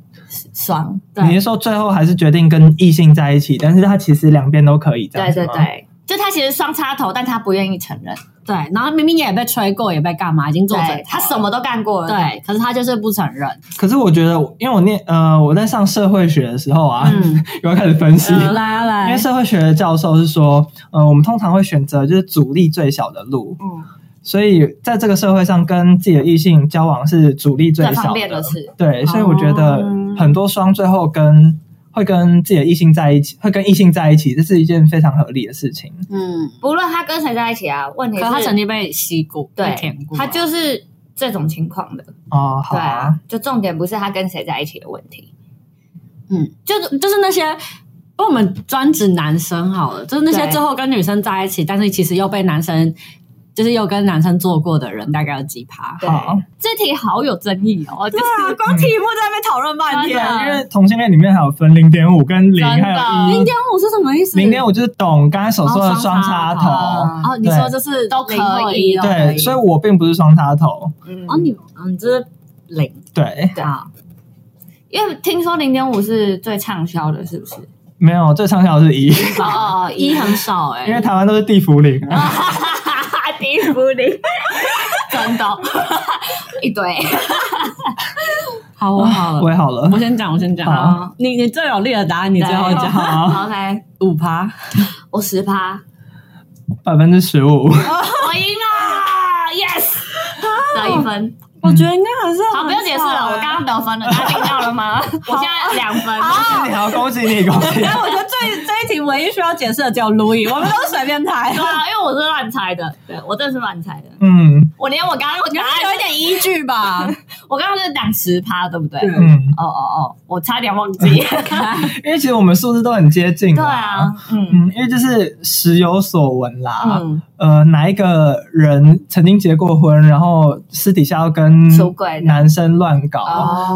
S4: 双，
S2: 你
S4: 对
S2: 是说最后还是决定跟异性在一起，但是他其实两边都可以这
S4: 对
S2: 样子
S4: 对
S2: 吗，
S4: 对，就他其实双插头，但他不愿意承认，
S3: 对，然后明明也被吹过，也被干嘛，已经做成
S5: 对，他什么都干过了，
S3: 哦对，可是他就是不承认。
S2: 可是我觉得，因为我念呃，我在上社会学的时候啊，
S3: 嗯，
S2: 又要开始分析。
S3: 来啊
S2: 因为
S3: 来，
S2: 社会学的教授是说，呃，我们通常会选择就是阻力最小的路，
S5: 嗯，
S2: 所以在这个社会上跟自己的异性交往是阻力最
S5: 最
S2: 小
S5: 方
S2: 的
S5: 便的事。
S2: 对，所以我觉得很多双最后跟会跟自己的异性在一起，会跟异性在一起，这是一件非常合理的事情。
S3: 嗯，
S4: 不论他跟谁在一起啊，问题
S3: 可
S4: 是
S3: 是他曾经被吸过，被
S4: 对
S3: 舔过，，啊
S4: 他就是这种情况的。
S2: 哦，好
S4: 对
S2: 啊
S4: 啊，，就重点不是他跟谁在一起的问题。
S3: 就是就是那些。不，我们专指男生好了，就是那些
S4: 对
S3: 最后跟女生在一起，但是其实又被男生，就是又跟男生做过的人，大概有几趴？
S4: 对
S2: 好，
S4: 这题好有争议哦，就是
S5: 啊，光题目在那边讨论半
S4: 真的
S5: 天，
S2: 啊因为同性恋里面还有分零点五跟零，
S4: 真的
S2: 还有一。
S3: 零点嗯五是什么意思？
S2: 零点五就是懂刚才所说的
S3: 哦
S2: 双
S3: 双
S2: 插
S3: 插
S2: 头，
S3: 头哦，你
S2: 对
S3: 说就是
S4: 都可以
S3: 零或一都可
S2: 对，
S3: 以
S2: 所以我并不是双插头，
S5: 嗯
S3: 哦，你嗯，这是零
S2: 对，
S4: 对
S3: 啊，
S4: 因为听说零点五是最畅销的，是不是？
S2: 没有最畅销的是一，欸
S4: 哦哦哦，
S3: 一
S4: 一
S3: 很少哎、
S2: 因为台湾都是地府零啊，
S4: 迪福林，真的一堆。
S3: 好，我好了，
S2: 喂，好了
S3: 我，先讲，我先讲
S2: 好
S3: 啊，你你最有力的答案，你最后
S4: 对
S3: 讲
S2: 好，
S4: OK，
S3: 五趴，
S4: 我十趴，
S2: 百分之十五，
S4: 我赢了，yes，得一分。
S3: 我觉得应该还是
S4: 好，不啊要解释了，我刚刚得分了，大家听到了 吗？我现在两分。
S2: 你好，恭喜你，恭 喜你，
S3: 但我觉得最这一题唯一需要解释的只有 Louis，我们都是随便猜
S4: 对，啊，因为我是乱猜的，对我真的是乱猜的。
S2: 嗯
S4: 我连我刚刚我答案
S3: 有一点依据吧？
S4: 我刚刚是讲十趴，对不对？
S3: 对
S2: 嗯，
S4: 哦哦哦，我差点忘 记。
S2: 因为其实我们数字都很接近，
S4: 对啊，，嗯
S2: 嗯，因为就是时有所闻啦，
S4: 嗯，
S2: 呃，哪一个人曾经结过婚，然后私底下要跟
S4: 出轨的哦
S2: 男生乱搞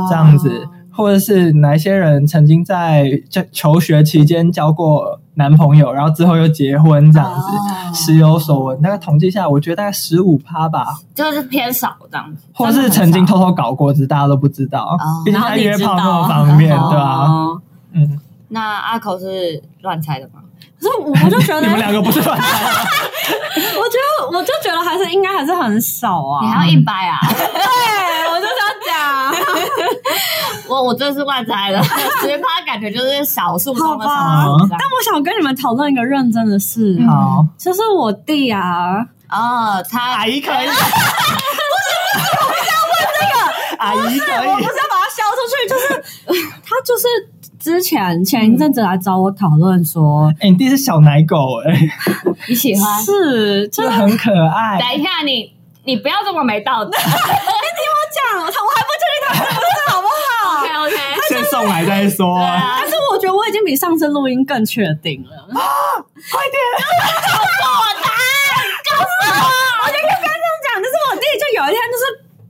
S2: 这样子，或者是哪一些人曾经在就求学期间交过男朋友，然后之后又结婚这样
S4: 哦
S2: 子，时有所闻。大概统计下来，我觉得大概十五趴吧，
S4: 就是偏少这样子。
S2: 或是曾经偷偷搞过，只是大家都不知道，毕竟
S3: 然后
S2: 在
S3: 你
S2: 约
S3: 知
S2: 炮
S3: 道
S2: 那么方面，对吧、
S3: 哦
S2: 嗯，
S4: 那阿口是乱猜的吗？
S3: 可是我就觉
S2: 你
S3: 得，
S2: 们两个不是乱猜，
S3: 我觉得，我就觉得还是应该还是很少
S4: 你
S3: 啊。
S4: 还要硬掰啊？
S3: 对，我就这样讲，
S4: 我我真的是乱猜 的，十趴感觉就是少数中的少
S2: 好
S4: 数
S2: 吧
S4: 这样。
S3: 但我想跟你们讨论一个认真的事，
S2: 好，
S3: 就是我弟啊，
S4: 哦，他
S2: 阿姨可以，阿姨可以
S3: 不是。要把它消出 去，就是他就是之前前一阵子来找我讨论说，
S2: 哎、你弟是小奶狗哎、
S4: 你喜欢？
S3: 是就
S2: 真
S3: 是
S2: 的很可爱。
S4: 等一下你。你不要这么没道德。
S3: 这样，我还不确定他是不是好不好。
S4: OK OK，
S2: 先送来再说
S4: 对啊，
S3: 但是我觉得我已经比上次录音更确定了，啊快点告诉我答案，告诉我！我就跟观众讲，就是我弟就有一天就是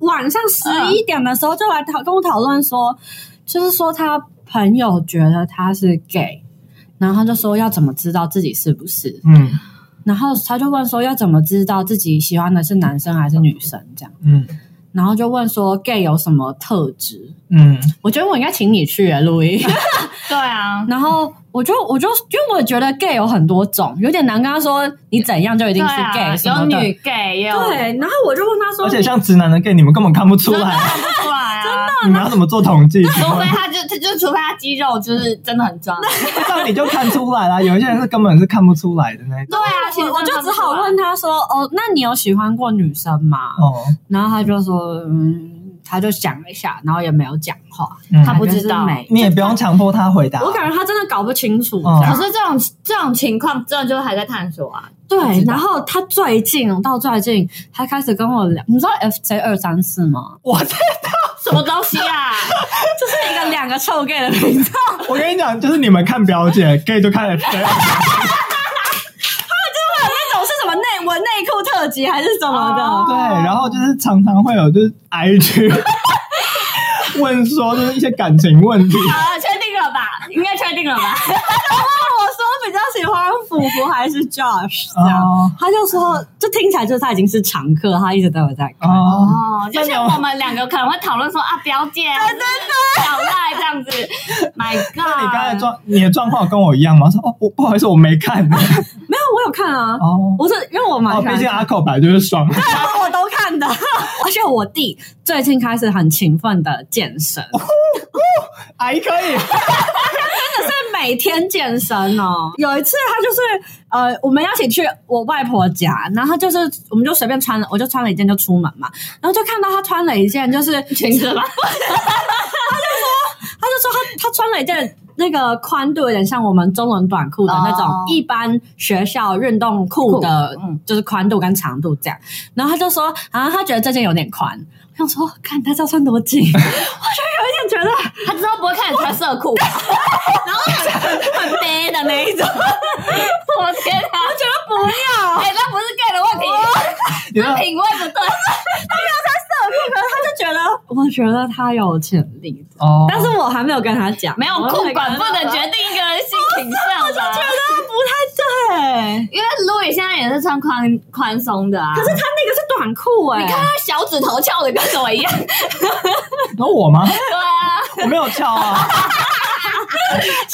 S3: 晚上十一点的时候就来讨跟我讨论说，就是说他朋友觉得他是 gay，然后他就说要怎么知道自己是不是，
S2: 嗯
S3: 然后他就问说要怎么知道自己喜欢的是男生还是女生这样，
S2: 嗯
S3: 然后就问说 gay 有什么特质？
S2: 嗯，
S3: 我觉得我应该请你去耶，录音。
S4: 对啊，
S3: 然后我就我就因为我觉得 gay 有很多种，有点难跟他说你怎样就一
S4: 对
S3: 定是 gay
S4: 啊，
S3: 什
S4: 有
S3: 么的。
S4: 女 gay 也有，
S3: 对，然后我就问他说
S2: 而且像直男的 gay，你们根本看不出来，
S4: 看不出来啊。
S2: 你们要怎么做统计？
S4: 除非他就 他就除非他肌肉就是真的很壮。
S2: 这样你就看出来啦。有一些人是根本是看不出来的那一种。
S4: 对啊，其实
S3: 我我
S4: 真
S3: 就
S4: 的
S3: 只好问他说：“哦，那你有喜欢过女生吗
S2: 哦，？”
S3: 然后他就说：“嗯，他就想了一下，然后也没有讲话，
S2: 嗯，
S4: 他不知道
S3: 感觉是没
S2: 你也不用强迫他回答。
S3: 我感觉他真的搞不清楚。
S2: 哦
S3: 这
S4: 可
S3: 样
S4: 是这种这种情况，真的就是还在探索啊。
S3: 对，然后他最近到最近，他开始跟我聊，你知道 FJ 二三四吗？
S2: 我在，
S4: 什么东西 啊？
S3: 就是一个两个臭 gay 的频道，
S2: 我跟你讲，就是你们看表姐 gay 就看 FJ，
S3: 那种是什么内文内裤特辑还是什么的？
S4: 哦
S2: 对，然后就是常常会有就是 IG 问说就是一些感情问题。
S4: 好了，确定了吧？应该确定了吧？
S3: 我说比较喜欢福福还是 Josh 这样，
S2: 哦
S3: 他就说，就听起来就是他已经是常客，他一直都有在看。
S2: 哦，
S4: 哦，就是我们两个可能会讨论说啊，表姐啊，真的小赖这样子。My
S2: 啊那你刚才
S4: God！
S2: 状你的状况跟我一样吗？说哦，我不好意思，我没看。
S3: 没有，我有看啊，
S2: 哦，
S3: 我是因为我蛮
S2: 哦，
S3: 喜欢
S2: 毕
S3: 看
S2: 竟阿口白就是爽，
S3: 我都看的， 而且我弟最近开始很勤奋的健身，
S2: 还可以。
S3: 每天健身哦。有一次他就是呃，我们要一起去我外婆家，然后他就是我们就随便穿了，我就穿了一件就出门嘛，然后就看到他穿了一件就是
S4: 裙子 吧，
S3: 他就说他他穿了一件那个宽度有点像我们中文短裤的那种
S4: 哦嗯
S3: 一般学校运动裤的，就是宽度跟长度这样。然后他就说啊，他觉得这件有点宽。我想说，看他这要穿多紧， 我就有 一点觉得
S4: 他之后不会开始穿色裤 吧，然后很很悲的那一种。 我天啊！我觉得哦不要，哎，那不是 gay 的问题，
S2: 你知道
S4: 那品味不对。
S3: 就觉得，我觉得他有潜力，
S2: 哦，
S3: 但是我还没有跟他讲，
S4: 没有
S3: 我
S4: 裤
S3: 还没有跟
S4: 管
S3: 他
S4: 不能
S3: 讲
S4: 决定一个人性倾向吧？
S3: 对，
S4: 因为 Louis 现在也是穿宽宽松的啊，可是他
S3: 那个是短裤哎、
S4: 你看他小指头翘的跟什么一样？
S2: 然后我吗？
S4: 对啊，
S2: 我没有翘 啊，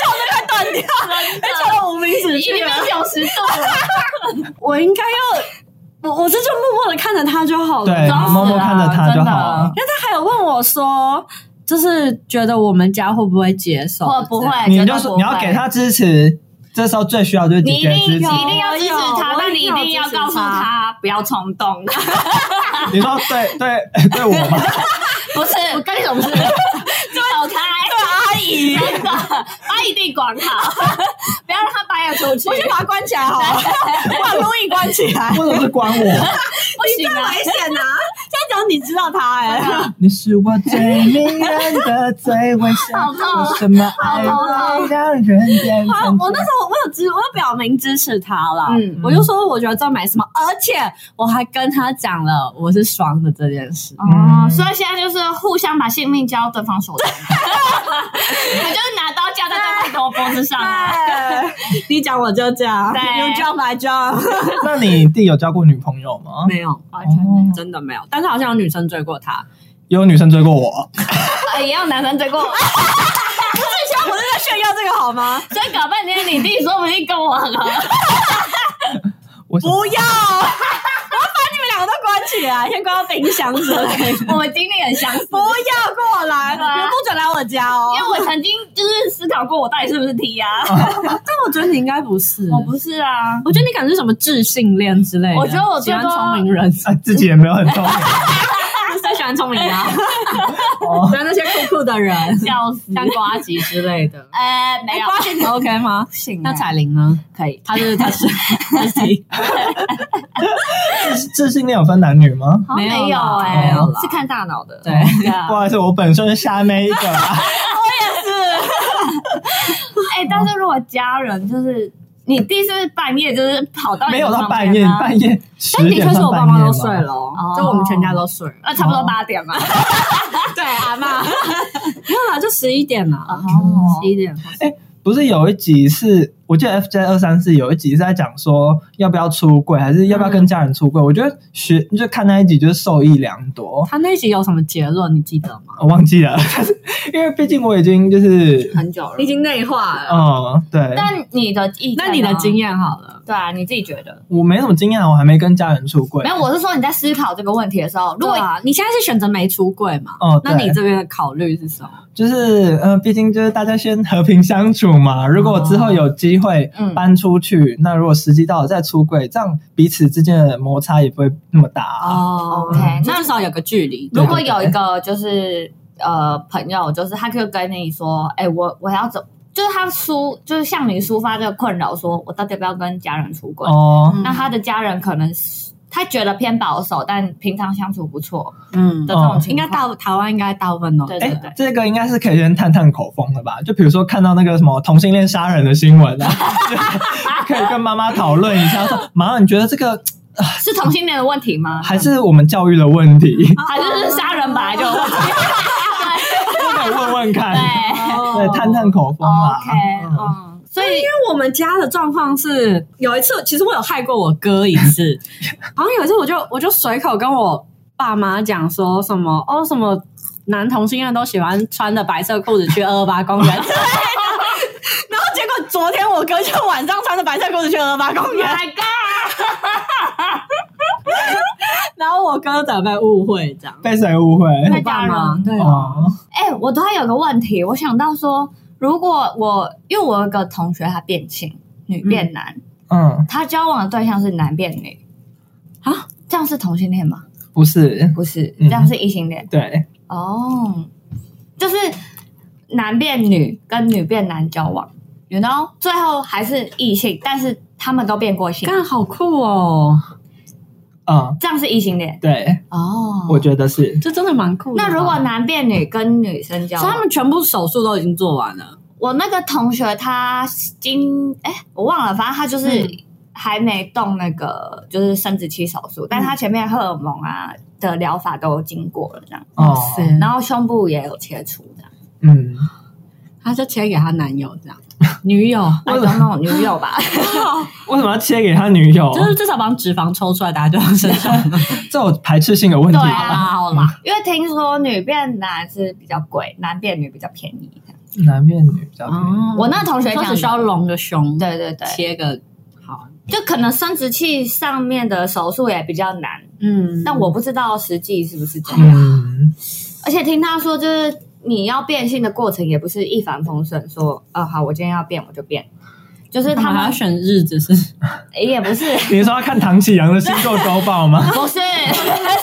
S4: 真的，
S3: 我名字
S4: 一米九十度了，
S3: 我应该要，我我是就默默的看着他就好了，
S2: 对，
S4: 啊
S3: 装死
S2: 默默
S3: 啦
S2: 看着他就
S3: 真的
S2: 好了。
S3: 因为他还有问我说，就是觉得我们家会不会接受？
S4: 我不会，
S2: 你
S4: 真
S2: 就
S4: 的
S2: 说
S4: 不
S2: 你要
S4: 会
S2: 给。他支持，这时候最需要就是
S4: 你
S2: 姐
S4: 一
S2: 姐
S4: 定
S2: 的支
S4: 你一
S2: 持。
S4: 定要支持他，
S3: 我
S4: 但
S3: 有
S4: 你一定要告诉
S3: 我有支持
S4: 他不要冲动，
S2: 你说对对 对我吗？
S4: 不是我跟你什么事？走开，阿姨，真的，阿姨对管好，不要让他白眼出去，
S5: 我去把它关起来好了，我把录音关起 来，
S2: 为什么是关我？
S4: 不行啊，
S5: 危险呐！现在只有你知道他
S3: 欸啊
S5: 哎，
S2: 你是我最迷人的、最微笑
S4: 好痛
S2: 的，为什么爱会让人变
S3: 啊
S2: 成？
S3: 我那时候我有支，我有表明支持他了。
S4: 嗯
S3: 我就说我觉得这没什么，而且我还跟他讲了我是双的这件事。
S4: 哦，所以现在就是互相把性命交对方手中，我就是拿刀架在对方头脖子上啊。
S5: 对你讲我就讲
S4: 对
S5: ，You jump I jump，
S2: 那你弟有交过女朋友吗？
S3: 没有，
S4: 完全
S2: 哦，
S3: 真的没有。但是好像有女生追过他，
S2: 有女生追过我，
S4: 哎也有男生追过我，
S5: 我是在炫耀这个好 吗？
S4: 所以搞半天你弟说不定跟我很好。
S2: 我 想
S5: 不要，我要把你们两个都关起来，先关到冰箱之类 的。
S4: 我们经历很相似，
S5: 不要过来，你
S4: 对啊
S5: 们不准来我家哦
S4: 因！为我曾经就是思考过我到底是不是 T 啊，
S3: 哦但我觉得你应该不是。
S4: 我不是啊，
S3: 我觉得你可能是什么智性恋之类的。
S4: 我觉得我
S3: 喜欢
S4: 最多
S3: 聪明人，
S2: 啊自己也没有很 聪明
S3: 最喜欢聪明啊人， 喜
S2: 哦。
S3: 欢那些酷酷的人，
S4: 笑死。
S3: 像瓜吉之类 的。哎
S4: 呃，没有，
S3: 瓜吉你 OK 吗？
S4: 行
S3: 那彩铃呢？
S4: 可以，
S3: 她是她是她 是 T
S2: 自自信恋有分男女吗？
S4: 好像没
S3: 没有
S4: 有
S3: 啦
S4: 哎
S3: 没有啦，
S4: 是看大脑的。
S3: 对。
S4: 啊
S2: 不好意思，我本身是虾妹一个啦。
S4: 哎，但是如果家人就是你弟，是不是半夜就是跑到你
S2: 没有到
S4: 旁
S2: 半
S4: 边
S2: 夜，
S4: 啊
S2: 半夜 十
S3: 但的
S2: 点
S3: 确是
S2: 算
S3: 我爸
S2: 半
S3: 妈
S2: 夜
S3: 都
S2: 吗
S3: 睡了哦
S4: 哦，
S3: 就我们全家都睡了。
S4: 呃，差不多八点嘛。
S3: 对，阿妈 没有啦，就十一点了，
S4: 哦
S3: 十一点。
S2: 不是有一集是，我记得 FJ 二三四有一集是在讲说要不要出柜，还是要不要跟家人出柜。我觉得学就看那一集就是受益良多，
S3: 他那一集有什么结论？你记得吗？
S2: 我忘记了， 但是因为毕竟我已经就是，
S4: 很久了
S3: 已经内化了。
S2: 嗯，对，
S4: 但你的意见呢，
S3: 那你的经验好了，
S4: 对啊，你自己觉得？
S2: 我没什么经验，啊我还没跟家人出柜
S4: 没。有，我是说你在思考这个问题的时候，如
S3: 如
S4: 果
S3: 果啊你现在是选择没出柜嘛，
S2: 哦对
S3: 那你这边的考虑是什么？
S2: 就是，嗯、毕竟就是大家先和平相处嘛。如果之后有机会
S4: 哦嗯
S2: 搬出去，那如果时机到了再出柜，这样彼此之间的摩擦也不会那么大、啊。
S3: 哦
S4: OK，
S3: 就
S4: 那
S3: 至少有个距离。
S4: 如果有一个就是呃朋友，就是他就跟你说，哎、我我要走，就是他抒就是向你抒发这个困扰，说我到底要不要跟家人出轨？
S2: 哦，
S4: 那他的家人可能是他觉得偏保守，但平常相处不错
S3: 嗯
S4: 的这种
S2: 哦
S4: 情
S3: 应
S4: 况，
S3: 该 大台湾应该大部分都
S4: 对
S2: 哎、
S4: 对对。
S2: 这个应该是可以先探探口风的吧？就比如说看到那个什么同性恋杀人的新闻啊，就可以跟妈妈讨论一下，说妈，你觉得这个
S4: 是同性恋的问题吗？
S2: 还是哦我们教育的问题？
S4: 还是
S3: 哦
S4: 杀人本来就有 问题？
S2: 都可以问问看，
S4: 对
S2: 对，探探口风啊。
S4: ，OK，嗯，所以
S3: 哦因为我们家的状况是，有一次其实我有害过我哥一次，然后有一次我就我就随口跟我爸妈讲说什么哦什么男同性恋都喜欢穿的白色裤子去二二八公园，然后结果
S5: 昨天我哥就晚上穿着白色裤子去二八公园，
S4: My God！
S5: 然后我哥怎么被误会这样？
S2: 被谁误会？
S4: 被家人
S3: 对啊，
S2: 哦，
S4: 哎、我突然有个问题，我想到说，如果我因为我有个同学他变性，女变男，
S2: 嗯，
S4: 他交往的对象是男变女啊，这样是同性恋吗？
S2: 不是，
S4: 不是，
S2: 嗯
S4: 这样是异性恋、
S2: 对，
S3: 嗯
S4: 哦，就是男变女跟女变男交往，you know，最后还是异性，但是他们都变过性，
S3: 干好酷哦，
S2: 嗯，
S4: 这样是异性恋
S2: 对，
S4: 哦。
S2: 我觉得是，
S3: 这真的蛮酷的吧。
S4: 那如果男变女跟女生交
S3: 所以他
S4: 往，
S3: 们全部手术都已经做完了，
S4: 我那个同学他今哎、我忘了，反正他就是
S3: 嗯
S4: 还没动那个就是生殖器手术，但
S3: 嗯
S4: 他前面荷尔蒙啊的疗法都经过了这样，
S2: 哦，
S4: 然后胸部也有切除这样。
S2: 嗯，
S3: 她就切给她男友 这样，女友，
S4: I don't know 女友吧，
S2: 为什么要切给他女友？
S3: 就是至少把脂肪抽出来，大家就身上。
S2: 这有排斥性有问
S4: 对
S2: 题
S4: 啊，
S2: 吧？
S4: 好啦，因为听说女变男是比较贵，男变女比较便宜这样。
S2: 男变女比较便宜，
S3: 哦
S4: 我那个同学
S3: 就
S4: 讲
S3: 只需要
S4: 的，
S3: 隆个胸，
S4: 对对对，
S3: 切个好，
S4: 就可能生殖器上面的手术也比较难，
S3: 嗯
S4: 但我不知道实际是不是这样。
S2: 嗯，
S4: 而且听他说，就是你要变性的过程也不是一帆风顺，说呃好，我今天要变我就变，就是
S3: 他
S4: 他
S3: 们还要
S4: 们
S3: 选日子是
S4: 也不是
S2: 你说要看唐启阳的星座周 报吗？
S4: 不是，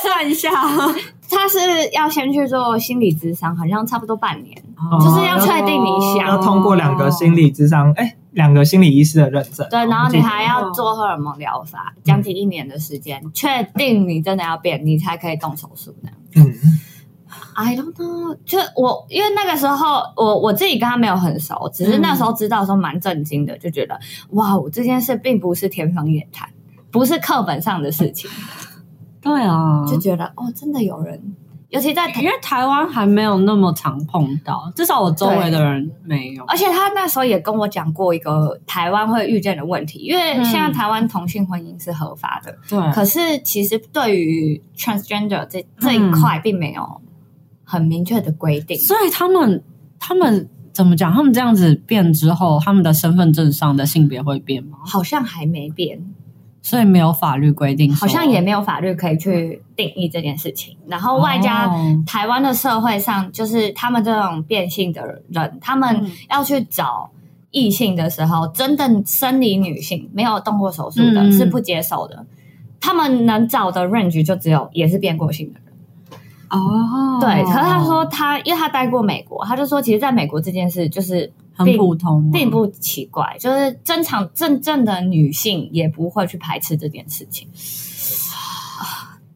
S5: 算一下，
S3: 哦
S4: 他是要先去做心理咨商，好像差不多半年，
S2: 哦
S4: 就是要确定你想
S2: 要通过两个心理智商，哎，两个心理医师的认证，
S4: 对，然后你还要
S5: 哦
S4: 做荷尔蒙疗法，将近一年的时间，确定你真的要变，你才可以动手术的。
S2: 嗯
S4: I don't know，就我因为那个时候我我自己跟他没有很熟，只是那时候知道的时候蛮震惊的，就觉得哇，我这件事并不是天方夜谭，不是课本上的事情，
S3: 对啊，
S4: 就觉得哦，真的有人，尤其在台
S3: 因为台湾还没有那么常碰到，至少我周围的人没有。
S4: 而且他那时候也跟我讲过一个台湾会遇见的问题，因为现在
S3: 嗯
S4: 台湾同性婚姻是合法的，
S3: 对，
S4: 可是其实对于 transgender 这
S3: 嗯
S4: 这一块并没有很明确的规定。
S3: 所以他们他们怎么讲？他们这样子变之后，他们的身份证上的性别会变吗？
S4: 好像还没变，
S3: 所以没有法律规定说，
S4: 好像也没有法律可以去定义这件事情。然后外加
S3: 哦
S4: 台湾的社会上，就是他们这种变性的人，他们
S3: 嗯
S4: 要去找异性的时候，真的生理女性没有动过手术的
S3: 嗯
S4: 是不接受的。他们能找的 range 就只有也是变过性的人。
S3: 哦，
S4: 对，可是他说他，因为他待过美国，他就说其实在美国这件事就是
S3: 很
S4: 并
S3: 普通吗，
S4: 并不奇怪，就是正常真正的女性也不会去排斥这件事情。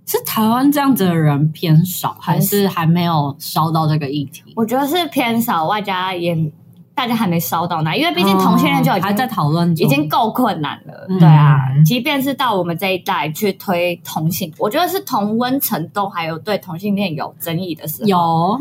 S3: 是台湾这样子的人偏少，还是还没有烧到这个议题？
S4: 我觉得是偏少，外加也大家还没烧到那，因为毕竟同性恋就已
S3: 哦还
S4: 经、
S3: 在讨论中，
S4: 已经够困难了，
S3: 嗯
S4: 对啊。即便是到我们这一代去推同性，我觉得是同温层都还有对同性恋有争议的时候，
S3: 有，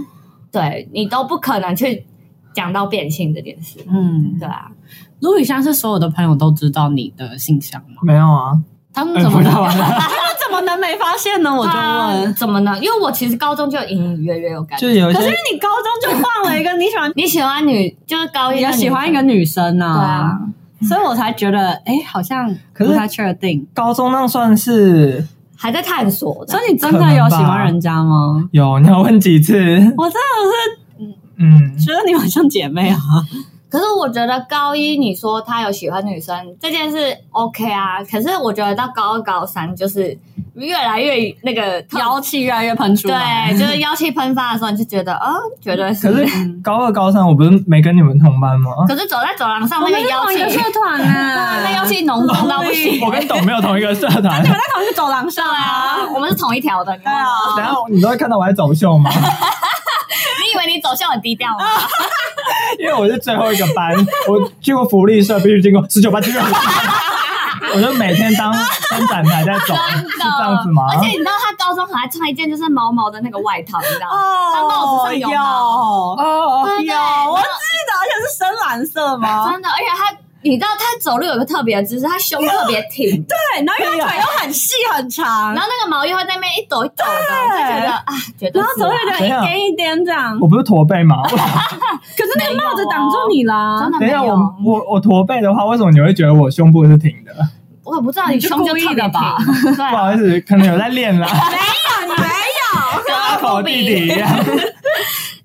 S4: 对你都不可能去讲到变性这件事，
S3: 嗯
S4: 对，啊。
S3: 卢宇现在是所有的朋友都知道你的性向吗？
S2: 没有啊，
S3: 他们
S2: 哎
S3: 怎
S2: 不
S3: 么
S2: 知
S3: 能？
S2: 道啊。
S3: 他们怎么能没发现呢？我就
S4: 啊
S3: 问，
S4: 怎么呢？因为我其实高中就隐隐约约有感觉
S2: 就，有一
S5: 可是
S2: 些
S5: 你高中就换了一个你喜欢，
S4: 你喜欢女就是高一
S3: 比
S4: 的
S3: 较
S4: 女
S3: 哦喜欢一个
S4: 生
S3: 女生
S4: 对啊
S3: 啊，，所以我才觉得，哎，好像
S2: 可是
S3: 不太确定。
S2: 高中那算是
S4: 还在探索的
S3: 所。以你真的有喜欢人家吗？
S2: 有，你要问几次？
S3: 我真的
S2: 嗯
S3: 是，觉得你好像姐妹啊，
S4: 可是我觉得高一你说他有喜欢女生这件事 OK 啊，可是我觉得到高二高三就是越来越那个特
S3: 妖气越来越喷出来。
S4: 对，就是妖气喷发的时候，你就觉得啊、觉得是
S2: 可。是高二、高三我不是没跟你们同班吗？
S4: 可是走在走廊上那
S3: 我
S4: 个
S3: 们是
S4: 妖
S3: 同一
S4: 气，
S3: 个社团
S4: 那
S3: 啊，
S4: 个妖气浓重到不行。
S2: 我跟董没有同一个社团，
S3: 你们在同一个走廊上
S4: 对
S3: 啊。
S4: 啊，我们是同一条的。你忘了吗
S2: 然后你都会看到我在走秀吗？
S4: 你以为你走秀很低调 吗？
S2: 因为我是最后一个班，我去过福利社，必须经过十九班去。 我就每天当伸展台在走，
S4: 真
S2: 是这样子
S4: 的
S2: 吗，？
S4: 而且你知道他高中还穿一件就是毛毛的那个外套，你知道吗？
S5: 哦，
S4: 帽子上有吗
S5: 有
S2: 哦，
S4: 对对
S5: 有，
S4: 然后
S5: 我记得，而且是深蓝色吗？
S3: 哦
S4: 真的，而且他你知道他走路有个特别的姿势，他胸特别挺，
S3: 对，然后因为他腿又很细很长，
S4: 然后那个毛又会在那边一抖一抖的，就觉得啊，觉得
S3: 然后
S4: 是
S3: 走路
S4: 啊
S3: 就一颠一颠这样。
S2: 我不是驼背吗？我
S3: 可是那个帽子挡住你啦
S4: 真，的
S2: 等
S4: 没
S2: 一下，
S4: 有
S2: 我，我我驼背的话，为什么你会觉得我胸部是挺的？
S4: 我不知道你
S6: 就
S4: 胸就
S6: 故意
S4: 特别
S6: 的吧
S4: 挺， 对
S2: 不
S4: 啊，
S2: 好意思，可能有在练啦，
S3: 没有你没有，
S4: 跟
S2: 大
S4: 阿
S2: 口
S4: 口
S2: 弟弟一样。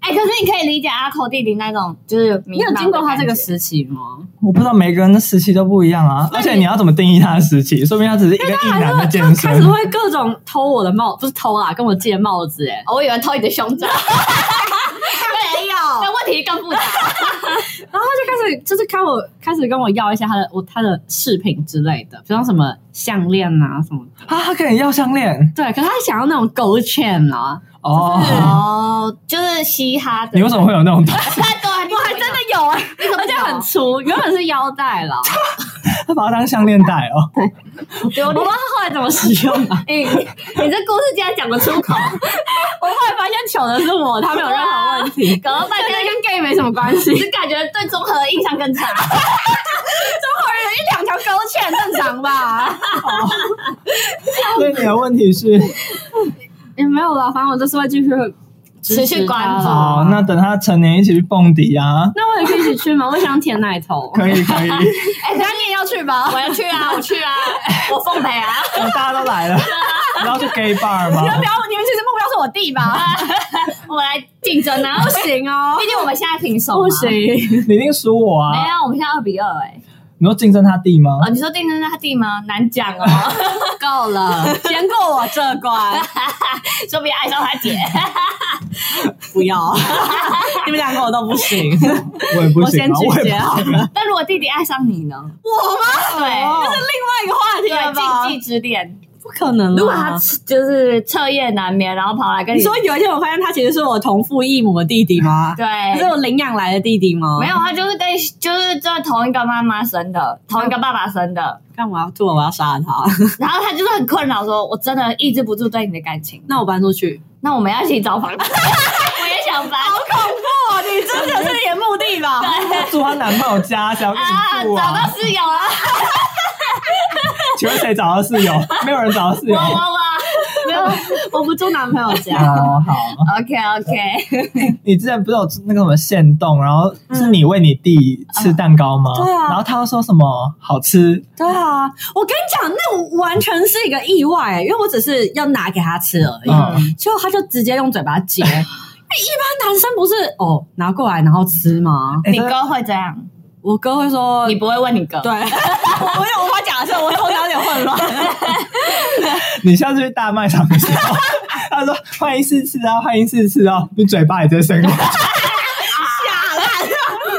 S4: 哎，可是你可以理解阿口弟弟那种就是迷
S6: 你有
S4: 茫的
S6: 经过他这个
S4: 感觉
S6: 时期吗？
S2: 我不知道每个人的时期都不一样啊，而且你要怎么定义他的时期？说明他只是一个一男的健
S6: 开始
S2: 身。
S6: 会各种偷我的帽，不是偷啦，跟我借帽子哎、
S4: 哦我以为偷你的胸罩，
S3: 没有。
S4: 但问题更复杂。
S6: 就开始就是开我开始跟我要一些他的我他的饰品之类的，比方什么项链啊什么的。
S2: 啊，他跟你要项链
S6: 对，可是他想要那种 gold chain 啊，
S2: 哦？
S4: 哦，就是嘻哈的，哎
S2: 你为什么会有那种东西？
S4: 对，我还真的有啊，而
S6: 而且很粗，原本是腰带啦，
S2: 他把它当项链戴哦？
S4: 丢
S6: 我不知
S4: 脸
S6: 道。他后来怎么使用啊的、
S4: 哎，你你这故事竟然讲得出口，
S6: 我后来发现糗的是我，他没有任何问题，
S4: 搞到半
S6: 跟
S4: 天
S6: 跟 gay 没什么关系。
S4: 只感觉对综合的印象更差。
S3: 两条勾芡正常吧？
S2: 所以你的问题是，
S6: 也没有啦，反正我就是会继续
S4: 持续关注
S6: 支持他啦
S3: 啊
S2: 哦，那等他成年一起去蹦迪 啊，
S6: 那我也可以一起去吗？我想舔奶头。
S2: 可以可
S4: 哎，
S2: 以，
S4: 那你也要去吧？我要去 啊，我去啊，我奉陪啊。
S2: 我们大家都来了，你要去 gay bar 吗？
S3: 不要，你们其实目标是我弟 吧？
S4: 我们来竞争啊！
S3: 不行哦，
S4: 毕竟我们现在平手嘛
S6: 不。行，
S2: 你一定输我
S4: 没
S2: 啊！
S4: 有，我们现在二比二哎。
S2: 你说竞争他弟吗？
S4: 哦，你说竞争他弟吗？难讲 哦，
S6: 够了，
S3: 先过我这 关，
S4: 说不定爱上他姐。
S3: 不要， 你们两个我都不行。
S2: 我也不
S3: 我
S2: 行
S3: 先
S2: 啊，我
S3: 拒
S2: 也
S3: 绝
S2: 不
S3: 好了。
S4: 但如果弟弟爱上你呢？
S3: 我
S6: 哦
S4: 吗
S3: 这是另外一个话题了吧
S4: 对，？禁忌之恋。
S6: 啊不可能啊哎啦。
S4: 如果他就是彻夜难眠，然后跑来跟
S3: 你
S4: 你
S3: 说有一天我发现他其实是我同父异母的弟弟吗？
S4: 对，
S3: 他是我领养来的弟弟吗？
S4: 没有，，他就是跟就是在同一个妈妈生的，同一个爸爸生的，
S3: 干嘛？吐了我要杀了他，
S4: 然后他就是很困扰，说我真的抑制不住对你的感情，
S3: 那我搬 出去。
S4: 那我们要一起找房 子，我也想搬。
S6: 哦
S3: 哇，你真的是你的目的吧？
S2: 要住他男朋友家，想嗯要
S4: 啊，
S2: 你住
S4: 找到
S2: 啊？
S4: 室友了，
S2: 请问谁找到室 友？没有人找到室友。
S4: 我我我
S6: 没有，我不住男朋友
S3: 啊
S6: 家。
S2: 哦，好。
S4: ，OK
S3: 哎
S4: OK，
S2: 你之前不是有那个什么限动，然后是你喂你弟吃蛋糕吗？
S3: 对啊
S2: 然后他又说什么好吃？
S3: 对啊，我跟你讲，那完全是一个意外、因为我只是要拿给他吃而已，
S2: 嗯
S3: 结果他就直接用嘴巴 接。因为一般男生不是哦拿过来然后吃吗？
S2: 哎
S4: 你
S2: 真的
S4: 哥会这样，
S3: 我哥会说
S4: 你不会问你
S2: 哎
S4: 哥，
S3: 对，我 有无法假设，我头脑有点混 乱。
S2: 你下次去大卖场的时候， 他说欢迎试吃啊，欢迎试吃啊，你嘴巴也在 伸过去。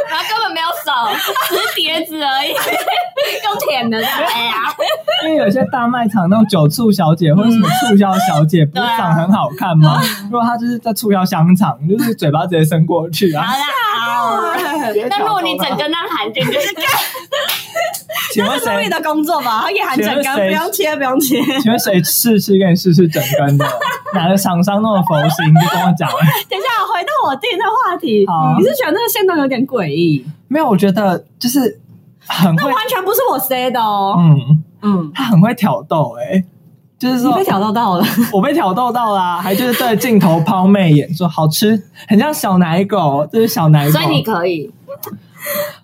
S4: 然后根本没有手，只是碟子而已，用舔的这样，哎呀，
S2: 因为有些大卖场那种酒醋小姐或者什么促销小姐，不是长得很好看吗？
S3: 嗯
S2: 如果她就是在促销香肠，就是嘴巴直接伸过去
S4: 好
S2: 啊。
S4: 啦，好。 那如果你整根那含进去，就是
S2: 请问
S3: 这是
S2: 谁
S3: 你？的工作吧？他也喊整
S2: 请
S3: 根，
S2: 问
S3: 不
S2: 谁
S3: 用切，不用切。
S2: 请问谁试吃跟你试吃整根的？哪个厂商那么佛心？你就跟我讲。
S3: 等一下，回到我弟那话题，
S2: 好
S3: 你是觉得那个线段有点诡异？
S2: 没有，我觉得就是很
S3: 那
S2: 会，
S3: 完全不是我 say 的哦。
S2: 嗯，
S3: 嗯，
S2: 他很会挑逗、哎，就是
S3: 你
S2: 说
S3: 被挑逗到了，
S2: 我被挑逗到啦，还就是对着镜头抛媚眼，说好吃，很像小奶狗，这、是小奶狗。
S4: 所以你可以，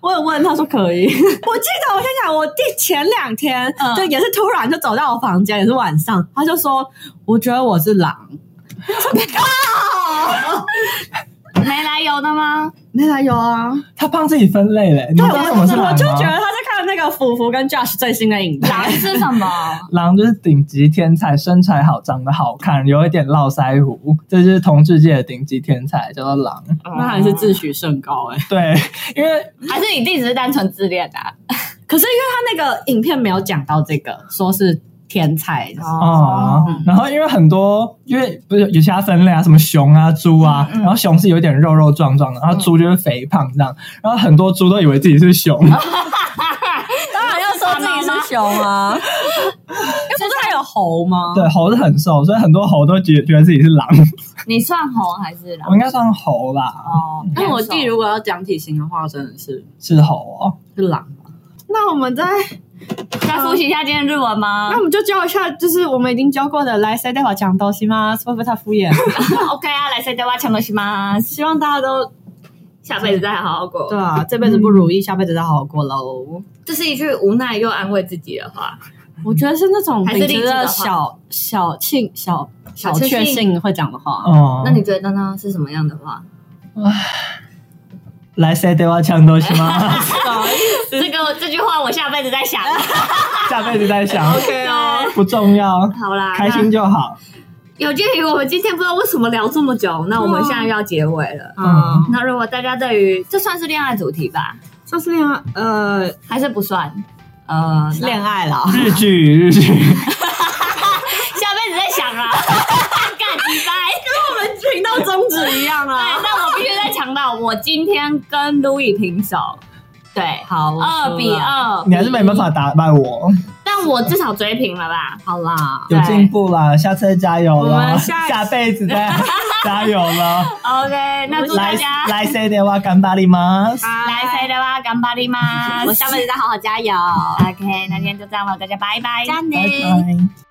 S3: 我有问他说可以。 我记得我先讲，我弟前两天、
S4: 嗯
S3: 对也是突然就走到我房间，也是晚上，他就说我觉得我是狼，
S4: 没来由的吗？
S3: 没来由啊。
S2: 他帮自己分类嘞、你知
S3: 对，
S2: 道
S3: 我
S2: 什么是
S3: 我
S2: 狼
S3: 就觉得
S2: 吗？
S3: 他在看那个福福跟 Josh 最新的影片。
S4: 狼是什么？
S2: 狼就是顶级天才，身材好，长得好看，有一点络腮胡，这就是同志界的顶级天才，叫做狼。
S3: 那还是自诩甚高哎、
S2: 对，因为
S4: 还是你弟只是单纯自恋的、啊？
S3: 可是因为他那个影片没有讲到这个，说是天才，
S2: 哦，然后因为很多，因为不是有其他分类啊，什么熊啊、猪啊，然后熊是有点肉肉壮壮的，然后猪就是肥胖这样，然后很多猪都以为自己是熊，
S4: 哦
S3: 当然要说自己是熊 啊，因为不是还有猴吗？
S2: 对，猴是很瘦，所以很多猴都觉觉得自己是狼，
S4: 你算猴还是狼
S2: 我？应该算猴啦，
S4: 哦，
S3: 但我弟如果要讲体型的话，真的是
S2: 是猴哦。
S3: 是狼。啊
S2: 那
S7: 那我们再，
S4: 再复习一下今天日文吗
S7: 那我们就教一下，就是我们已经教过的，来谁代表讲东西吗？是不是太敷衍？
S4: ？OK 啊，来，再对我抢东西吗？
S7: 希望大家都
S4: 下辈子再好好
S7: 对
S4: 过。
S7: 啊，这辈子不如意，下辈子再好好过喽。
S4: 这是一句无奈又安慰自己的话。
S7: 我觉得是那种
S4: 还是
S7: 秉
S4: 励
S7: 持
S4: 志的
S7: 着
S4: 话
S7: 小小庆小
S4: 小
S7: 小
S4: 确
S7: 确
S4: 幸
S7: 幸会讲的话，
S2: 哦，
S4: 那你觉得呢？是什么样的话？
S2: 来谁对我抢东西吗？
S4: 这个这句话我下辈子再想。
S2: 下辈子再想，
S4: 对
S7: 啊
S4: 哦，
S2: 不重要，
S4: 好啦，
S2: 开心就好。
S4: 有鉴于我们今天不知道为什么聊这么久，那我们现在要结尾了。
S2: 嗯
S4: 那如果大家对于这算是恋爱主题吧，
S7: 就是恋爱呃
S4: 还是不算？呃，那
S7: 恋爱啦。
S2: 日剧，日剧，
S4: 下辈子再想啊，干鸡掰，跟我们 频道宗旨一样啊。对，但我必须再强调，我今天跟 Louis 平手，对，
S7: 好，我输
S4: 二比
S7: 了，
S4: 二，
S2: 你还是没办法打败我，
S4: 但我至少追平了吧？
S7: 好啦，
S2: 有进步啦，下次再加油
S7: 我
S2: 啦，
S7: 们下一
S2: 下辈子再 加油啦。
S4: OK，那祝大
S2: 来
S4: 家
S2: 来谁对我干巴力吗？
S4: 来谁的吧，干巴力吗？
S5: 我下辈子再好好加油。
S4: OK，那今天就这样了，大家拜拜，
S5: 加
S2: 拜
S5: 你。
S2: 拜。